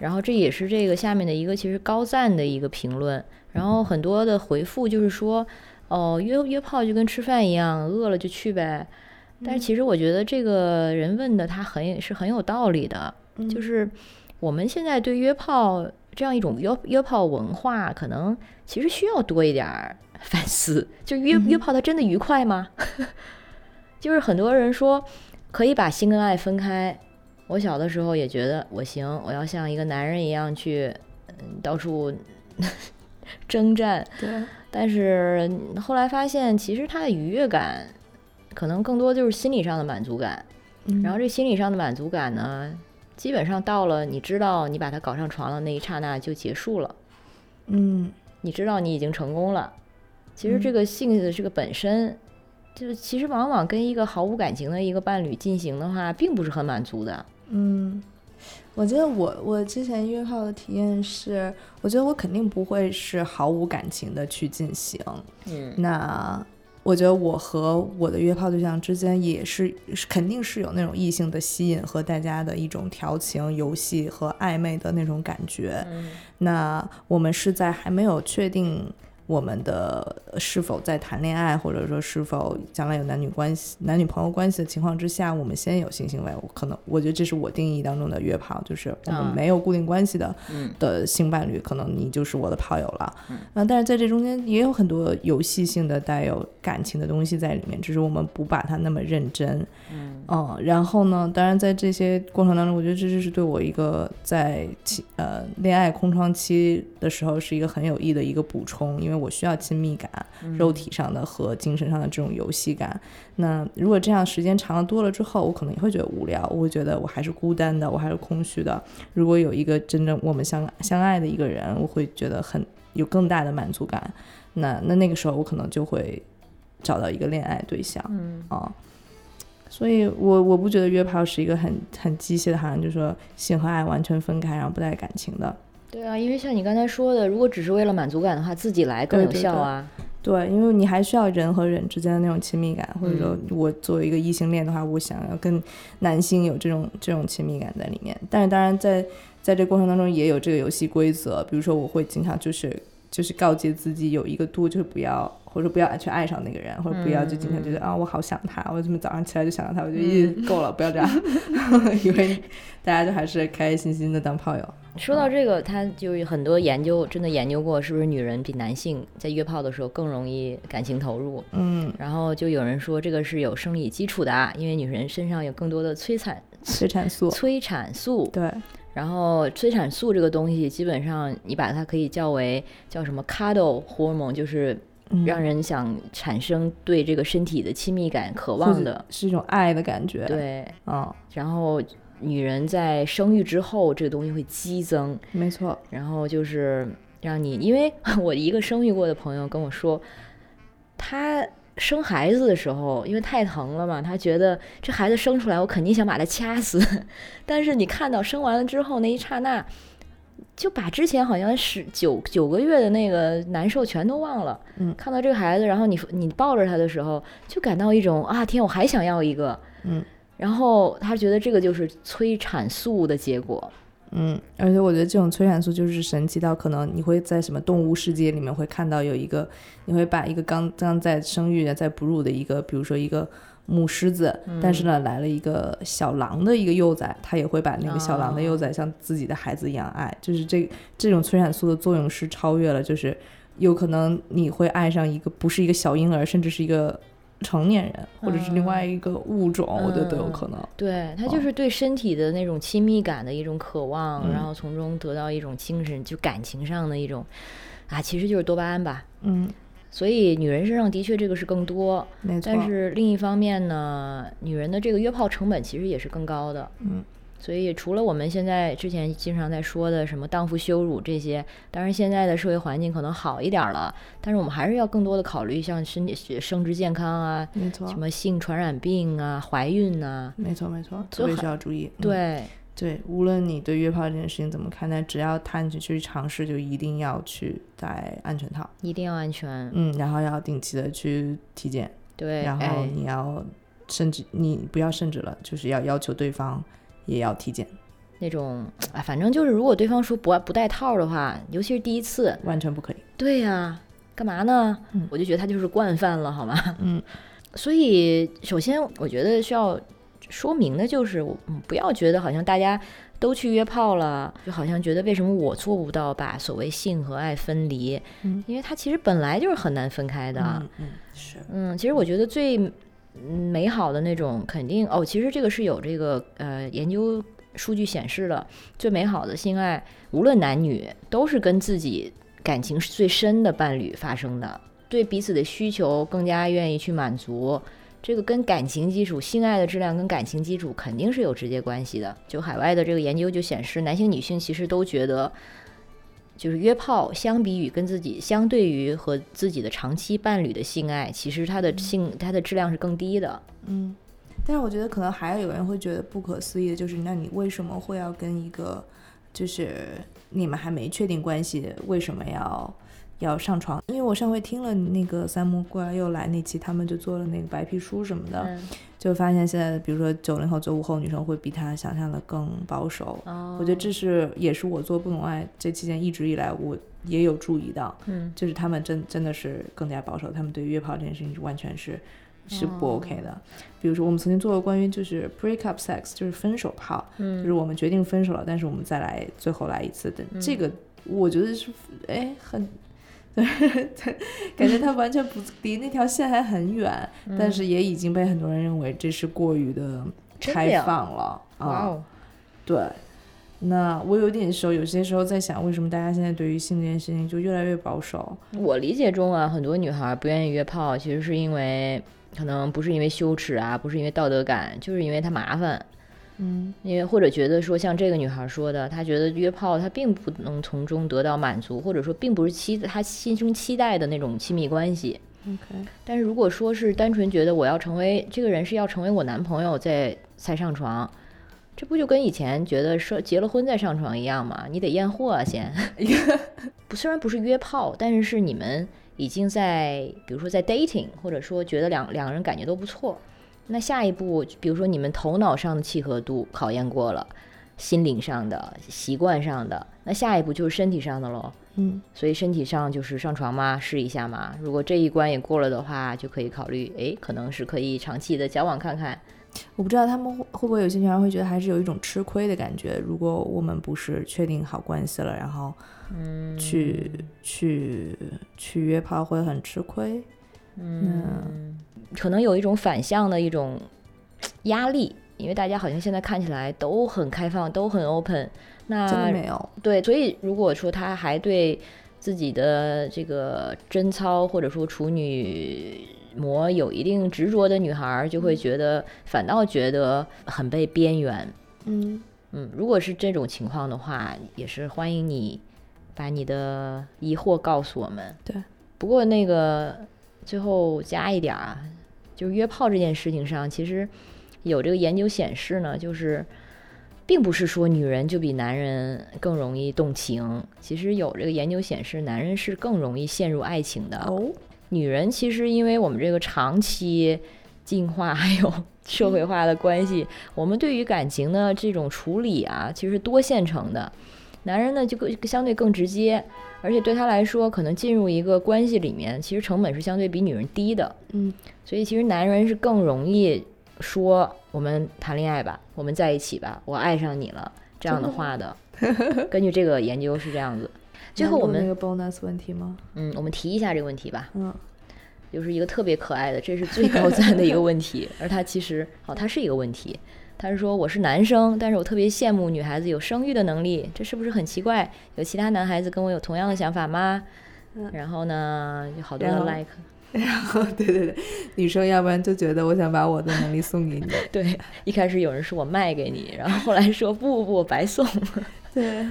Speaker 1: 然后这也是这个下面的一个其实高赞的一个评论，然后很多的回复就是说，哦，约约炮就跟吃饭一样，饿了就去呗。但是其实我觉得这个人问的他很是很有道理的，就
Speaker 2: 嗯
Speaker 1: 是我们现在对约炮这样一种约约炮文化，可能其实需要多一点儿 反思。就约约炮，它真的愉快吗？ 就是很多人说可以把性跟爱分开。我小的时候也觉得我行，我要像一个男人一样去，嗯，到处 征战。
Speaker 2: 对，
Speaker 1: 但是嗯后来发现，其实它的愉悦感可能更多就是心理上的满足感。
Speaker 2: 嗯
Speaker 1: 然后这心理上的满足感呢，基本上到了你知道你把它搞上床了那一刹那就结束了，
Speaker 2: 嗯，
Speaker 1: 你知道你已经成功了。其实这
Speaker 2: 嗯
Speaker 1: 个性的这个本身，就是其实往往跟一个毫无感情的一个伴侣进行的话，并不是很满足的。
Speaker 2: 嗯，我觉得我我之前约炮的体验是，我觉得我肯定不会是毫无感情的去进行。
Speaker 1: 嗯
Speaker 2: 那我觉得我和我的约炮对象之间也是是肯定是有那种异性的吸引和大家的一种调情、游戏和暧昧的那种感觉。那我们是在还没有确定我们的呃是否在谈恋爱，或者说是否将来有男女关系、男女朋友关系的情况之下，我们先有性行为。我可能我觉得这是我定义当中的约炮，就是我们
Speaker 1: 啊
Speaker 2: 没有固定关系的、
Speaker 1: 嗯
Speaker 2: 的性伴侣，可能你就是我的炮友了。嗯、但是在这中间也有很多游戏性的、带有感情的东西在里面，只是我们不把它那么认真。嗯，然后呢，当然在这些过程当中，我觉得这就是对我一个在期呃恋爱空窗期的时候是一个很有益的一个补充，因为我需要亲密感、肉体上的和精神上的这种游戏感。那如果这样时间长了多了之后，我可能也会觉得无聊，我会觉得我还是孤单的，我还是空虚的。如果有一个真正我们相相爱的一个人，我会觉得很有更大的满足感。那那那个时候，我可能就会找到一个恋爱对象。
Speaker 1: 嗯
Speaker 2: 啊、所以我我不觉得约炮是一个很很机械的，好像就说性和爱完全分开，然后不带感情的。
Speaker 1: 对啊，因为像你刚才说的，如果只是为了满足感的话，自己来更有
Speaker 2: 对对
Speaker 1: 效啊。
Speaker 2: 对，因为你还需要人和人之间的那种亲密感，或者
Speaker 1: 嗯
Speaker 2: 说，我作为一个异性恋的话，我想要跟男性有这种这种亲密感在里面。但是当然在在这过程当中也有这个游戏规则，比如说我会经常就是就是告诫自己有一个度，就是不要或者不要去爱上那个人，或者不要就经常
Speaker 1: 嗯
Speaker 2: 觉得、啊我好想他，我怎么早上起来就想到他，我就一直够了，不 要这样， 因为大家就还是开开心心的当炮友。
Speaker 1: 说
Speaker 2: 嗯
Speaker 1: 到这个，他就有很多研究真的研究过，是不是女人比男性在约炮的时候更容易感情投入？
Speaker 2: 嗯，
Speaker 1: 然后就有人说这个是有生理基础的啊，因为女人身上有更多的催产
Speaker 2: 催产素，
Speaker 1: 催产素，
Speaker 2: 对，
Speaker 1: 然后催产素这个东西，基本上你把它可以叫为叫什么 cuddle hormone，就是
Speaker 2: 嗯
Speaker 1: 让人想产生对这个身体的亲密感渴望的，
Speaker 2: 是一种爱的感觉。，
Speaker 1: 对。
Speaker 2: 嗯，
Speaker 1: 然后女人在生育之后，这个东西会激增，
Speaker 2: 没错。
Speaker 1: 然后就是让你，因为 我一个生育过的朋友跟我说，他生孩子的时候，因为太疼了嘛，他觉得这孩子生出来，我肯定想把他掐死。 但是你看到生完了之后那一刹那，就把之前好像是九九个月的那个难受全都忘了。
Speaker 2: 嗯
Speaker 1: 看到这个孩子，然后你你抱着他的时候，就感到一种啊天，我还想要一个。
Speaker 2: 嗯。
Speaker 1: 然后他觉得这个就是催产素的结果，
Speaker 2: 嗯，而且我觉得这种催产素就是神奇到，可能你会在什么动物世界里面会看到有一个，你会把一个刚刚在生育、在哺乳的一个，比如说一个母狮子，但是呢来了一个小狼的一个幼崽，它也会把那个小狼的幼崽像自己的孩子一样爱，就是这这种催产素的作用是超越了，就是有可能你会爱上一个不是一个小婴儿，甚至是一个成年人，或者是另外一个物种，我觉得都有可能。
Speaker 1: 对，它
Speaker 2: 哦
Speaker 1: 就是对身体的那种亲密感的一种渴望，
Speaker 2: 嗯
Speaker 1: 然后从中得到一种精神就感情上的一种，啊，其实就是多巴胺吧。
Speaker 2: 嗯，
Speaker 1: 所以女人身上的确这个是更多，
Speaker 2: 没错。
Speaker 1: 但是另一方面呢，女人的这个约炮成本其实也是更高的。
Speaker 2: 嗯。
Speaker 1: 所以，除了我们现在之前经常在说的什么荡妇羞辱这些，当然现在的社会环境可能好一点儿了，但是我们还是要更多的考虑像身体生殖健康啊、
Speaker 2: 没错
Speaker 1: 什，么性传染病啊、怀孕呐、
Speaker 2: 没错，没错，
Speaker 1: 就
Speaker 2: 特别
Speaker 1: 很
Speaker 2: 需要注意。嗯
Speaker 1: 对，
Speaker 2: 对，无论你对约炮这件事情怎么看待，只要他你去尝试，就一定要去戴安全套，
Speaker 1: 一定要安全。
Speaker 2: 嗯，然后要定期的去体检，
Speaker 1: 对，
Speaker 2: 然后
Speaker 1: 哎
Speaker 2: 你要甚至你不要甚至了，就是要要求对方也要体检，
Speaker 1: 那种啊，反正就是，如果对方说不不带套的话，尤其是第一次，
Speaker 2: 完全不可以。
Speaker 1: 对呀、干嘛呢？
Speaker 2: 嗯
Speaker 1: 我就觉得他就是惯犯了，好吗？
Speaker 2: 嗯，
Speaker 1: 所以首先我觉得需要说明的就是，我嗯不要觉得好像大家都去约炮了，就好像觉得为什么我做不到把所谓性和爱分离？
Speaker 2: 嗯
Speaker 1: 因为它其实本来就是很难分开的。
Speaker 2: 嗯嗯是，
Speaker 1: 嗯，其实我觉得最嗯美好的那种，肯定哦，其实这个是有这个呃研究数据显示了，最美好的性爱，无论男女，都是跟自己感情最深的伴侣发生的，对彼此的需求更加愿意去满足。这个跟感情基础、性爱的质量跟感情基础肯定是有直接关系的。就海外的这个研究就显示，男性、女性其实都觉得，就是约炮，相比于跟自己相对于和自己的长期伴侣的性爱，其实它的性它的质量是更低的。
Speaker 2: 嗯。但是我觉得可能还有人会觉得不可思议的就是，那你为什么会要跟一个就是你们还没确定关系，为什么要要上床？因为我上回听了那个三木过来又来那期，他们就做了那个白皮书什么的，
Speaker 1: 嗯，
Speaker 2: 就发现现在的比如说九零后、九五后女生会比她想象的更保守。
Speaker 1: 哦
Speaker 2: 我觉得这是也是我做不懂爱这期间一直以来我也有注意到，
Speaker 1: 嗯，
Speaker 2: 就是他们真真的是更加保守，他们对约炮这件事情是完全是是不
Speaker 1: 哦
Speaker 2: OK 的。比如说，我们曾经做过关于就是 break up sex，就是分手炮，
Speaker 1: 嗯
Speaker 2: 就是我们决定分手了，但是我们再来最后来一次的、这个，我觉得是哎很。 感觉它完全不离那条线还很远，
Speaker 1: 嗯
Speaker 2: 但是也已经被很多人认为这是过于的
Speaker 1: 真的
Speaker 2: 开
Speaker 1: 呀
Speaker 2: 放了啊。
Speaker 1: 哇哦，
Speaker 2: 对，那我有点时候，有些时候在想，为什么大家现在对于性这件事情就越来越保守？
Speaker 1: 我理解中啊，很多女孩不愿意约炮，其实是因为可能不是因为羞耻啊，不是因为道德感，就是因为它麻烦。
Speaker 2: 嗯，
Speaker 1: 因为或者觉得说，像这个女孩说的，她觉得约炮她并不能从中得到满足，或者说并不是期她心中期待的那种亲密关系。
Speaker 2: OK，
Speaker 1: 但是如果说是单纯觉得我要成为这个人是要成为我男朋友再才上床，这不就跟以前觉得说结了婚再上床一样吗？你得验货啊先。 不，虽然不是约炮，但是是你们已经在，比如说在 dating，或者说觉得两两个人感觉都不错，那下一步，比如说你们头脑上的契合度考验过了，心灵上的、习惯上的，那下一步就是身体上的喽。
Speaker 2: 嗯，
Speaker 1: 所以身体上就是上床嘛，试一下嘛。如果这一关也过了的话，就可以考虑，诶，可能是可以长期的交往看看。
Speaker 2: 我不知道他们会会不会有些女孩会觉得还是有一种吃亏的感觉。如果我们不是确定好关系了，然后
Speaker 1: 嗯
Speaker 2: 去、去去约炮会很吃亏。嗯，
Speaker 1: 可能有一种反向的一种嘖压力，因为大家好像现在看起来都很开放，都很 open。
Speaker 2: 真的
Speaker 1: 那
Speaker 2: 没有，
Speaker 1: 对，所以如果说他还对自己的这个贞操或者说处女膜有一定执着的女孩儿，就会觉得反倒觉得很被边缘。
Speaker 2: 嗯，
Speaker 1: 嗯，如果是这种情况的话，也是欢迎你把你的疑惑告诉我们。
Speaker 2: 对，
Speaker 1: 不过那个最后加一点儿啊，就是约炮这件事情上，其实有这个研究显示呢，就是并不是说女人就比男人更容易动情，其实有这个研究显示，男人是更容易陷入爱情的。
Speaker 2: 哦，
Speaker 1: 女人其实因为我们这个长期进化还有社会化的关系，我们对于感情的这种处理啊，其实是多线程的。男人呢就更相对更直接，而且对他来说，可能进入一个关系里面，其实成本是相对比女人低的。
Speaker 2: 嗯，
Speaker 1: 所以其实男人是更容易说我们谈恋爱吧，我们在一起吧，我爱上你了这样的话的。根据这个研究是这样子。最后我
Speaker 2: 那
Speaker 1: 们
Speaker 2: 个 bonus 问题吗？
Speaker 1: 嗯，我们提一下这个问题吧。
Speaker 2: 嗯，
Speaker 1: 就是一个特别可爱的，这是 最高赞的一个问题。而它其实，哦，它是一个问题。他是说我是男生，但是我特别羡慕女孩子有生育的能力，这是不是很奇怪？有其他男孩子跟我有同样的想法吗？
Speaker 2: 嗯
Speaker 1: 然后呢，有好多的
Speaker 2: 然后
Speaker 1: like，
Speaker 2: 对对对，女生要不然就觉得我想把我的能力送给你，
Speaker 1: 对，一开始有人说我卖给你，然后后来说不不不，我白 送。
Speaker 2: 对。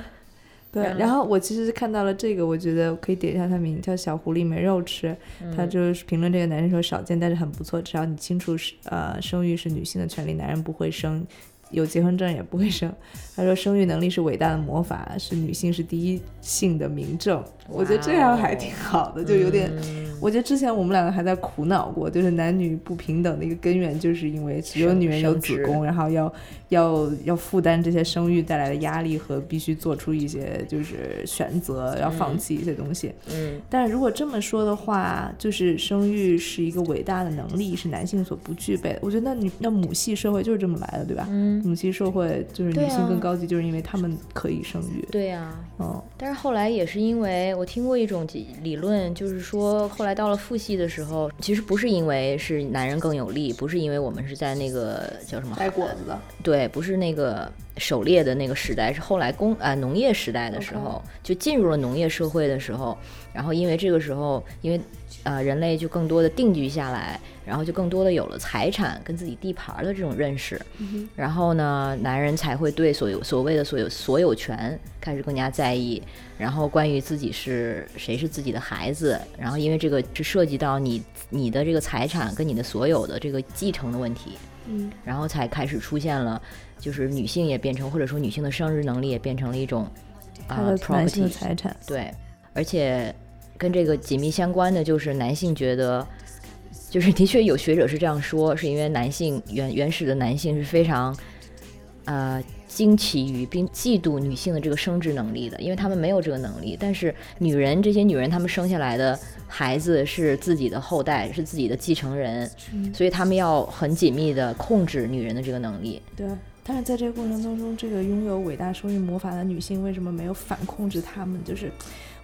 Speaker 2: 对，
Speaker 1: 然后
Speaker 2: 然后我其实是看到了这个，我觉得可以点一下他名叫“小狐狸没肉吃”，
Speaker 1: 嗯
Speaker 2: 他就是评论这个男生说少见，但是很不错，至少你清楚是呃生育是女性的权利，男人不会生，有结婚证也不会生。他说生育能力是伟大的魔法，是女性是第一性的明证。我觉得这样
Speaker 1: 哦
Speaker 2: 还挺好的，就有点。
Speaker 1: 嗯
Speaker 2: 我觉得之前我们两个还在苦恼过，就是男女不平等的一个根源，就是因为只有
Speaker 1: 生
Speaker 2: 女人有
Speaker 1: 生
Speaker 2: 子
Speaker 1: 殖
Speaker 2: 宫，然后要要要负担这些生育带来的压力和必须做出一些就是选择，要放弃一些东西。
Speaker 1: 嗯
Speaker 2: 但如果这么说的话，就是生育是一个伟大的能力，是男性所不具备的。我觉得那你那母系社会就是这么来的，对吧？
Speaker 1: 嗯，
Speaker 2: 母系社会就是
Speaker 1: 对
Speaker 2: 女
Speaker 1: 啊
Speaker 2: 性更高级，就是因为她们可以生育。
Speaker 1: 对呀、
Speaker 2: 嗯，
Speaker 1: 但是后来也是因为我听过一种理理论，就是说后来到了父系的时候，其实不是因为是男人更有力，不是因为我们是在那个叫什么
Speaker 2: 带果子的，
Speaker 1: 对，不是那个狩猎的那个时代，是后来工啊、农业时代的时候就进入了农业社会的时候，然后因为这个时候，因为呃人类就更多的定居下来，然后就更多的有了财产跟自己地盘儿的这种认识，然后呢，男人才会对所有所谓的所有所有权开始更加在意，然后关于自己是谁是自己的孩子，然后因为这个是涉及到你你的这个财产跟你的所有的这个继承的问题，
Speaker 2: 嗯，
Speaker 1: 然后才开始出现了，就是女性也变成，或者说女性的生育能力也变成了一种
Speaker 2: 她
Speaker 1: 啊、
Speaker 2: 的
Speaker 1: p r o
Speaker 2: 男
Speaker 1: p e r
Speaker 2: 性的
Speaker 1: t y
Speaker 2: 财产。
Speaker 1: 对，而且跟这个紧密相关的就是男性觉得，就是的确有学者是这样说，是因为男性原原始的男性是非常呃惊奇于并嫉妒女性的这个生殖能力的，因为他们没有这个能力。但是女人这些女人，她们生下来的孩子是自己的后代，是
Speaker 2: 嗯
Speaker 1: 自己的继承人，所以他们要很紧密的控制女人的这个能力。
Speaker 2: 对，但是在这个过程当中，这个拥有伟大生育魔法的女性为什么没有反控制她们？就是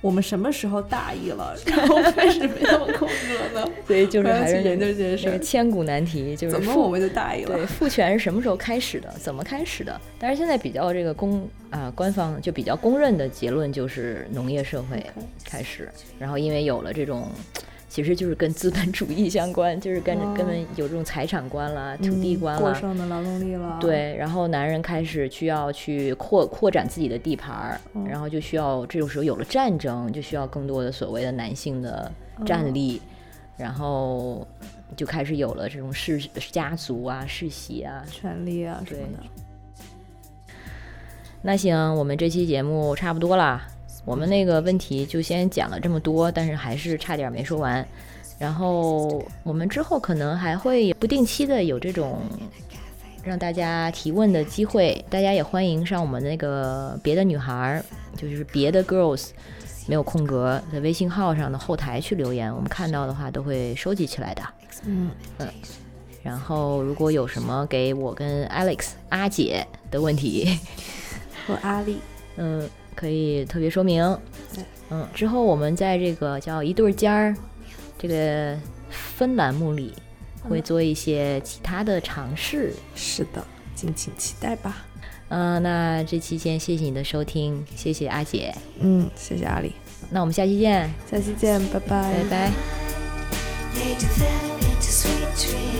Speaker 2: 我们什么时候大意了，然后开始被她们控制 了呢？
Speaker 1: 所以就是
Speaker 2: 我要
Speaker 1: 还是
Speaker 2: 去研究这件事
Speaker 1: 那个
Speaker 2: 儿，
Speaker 1: 千古难题，就是
Speaker 2: 怎么
Speaker 1: 父
Speaker 2: 我们就大意
Speaker 1: 对
Speaker 2: 了？
Speaker 1: 父权是什么时候开始的？怎么开始的？但是现在比较这个公啊、官方就比较公认的结论就是农业社会开始，然后因为有了这种。其实就是跟资本主义相关，就是跟
Speaker 2: 哦
Speaker 1: 跟有这种财产观啦、土地
Speaker 2: 嗯
Speaker 1: 观
Speaker 2: 过
Speaker 1: 啦，
Speaker 2: 剩的劳动力了，，
Speaker 1: 对，然后男人开始需要去扩扩展自己的地盘儿，
Speaker 2: 嗯
Speaker 1: 然后就需要这种时候有了战争，就需要更多的所谓的男性的战力，然后就开始有了这种世家族啊、世袭啊。
Speaker 2: 权利啊什么的。
Speaker 1: 那行，我们这期节目差不多啦，我们那个问题就先讲了这么多，但是还是差点没说完。然后我们之后可能还会不定期的有这种让大家提问的机会，大家也欢迎上我们那个别的女孩儿，就是别的 girls 没有空格的微信号上的后台去留言，我们看到的话都会收集起来的。
Speaker 2: 嗯，
Speaker 1: 然后如果有什么给我跟 Alex 阿姐的问题，
Speaker 2: 和阿丽，
Speaker 1: 嗯，可以特别说明
Speaker 2: 对。
Speaker 1: 嗯，之后我们在这个叫一对儿尖儿这个分栏目里，会
Speaker 2: 嗯
Speaker 1: 做一些其他的尝试。
Speaker 2: 是的，敬请期待吧。
Speaker 1: 嗯、那这期先谢谢你的收听，谢谢阿姐。
Speaker 2: 嗯，谢谢阿丽，
Speaker 1: 那我们下期见，
Speaker 2: 下期见，拜
Speaker 1: 拜拜。
Speaker 3: They develop into sweet dreams.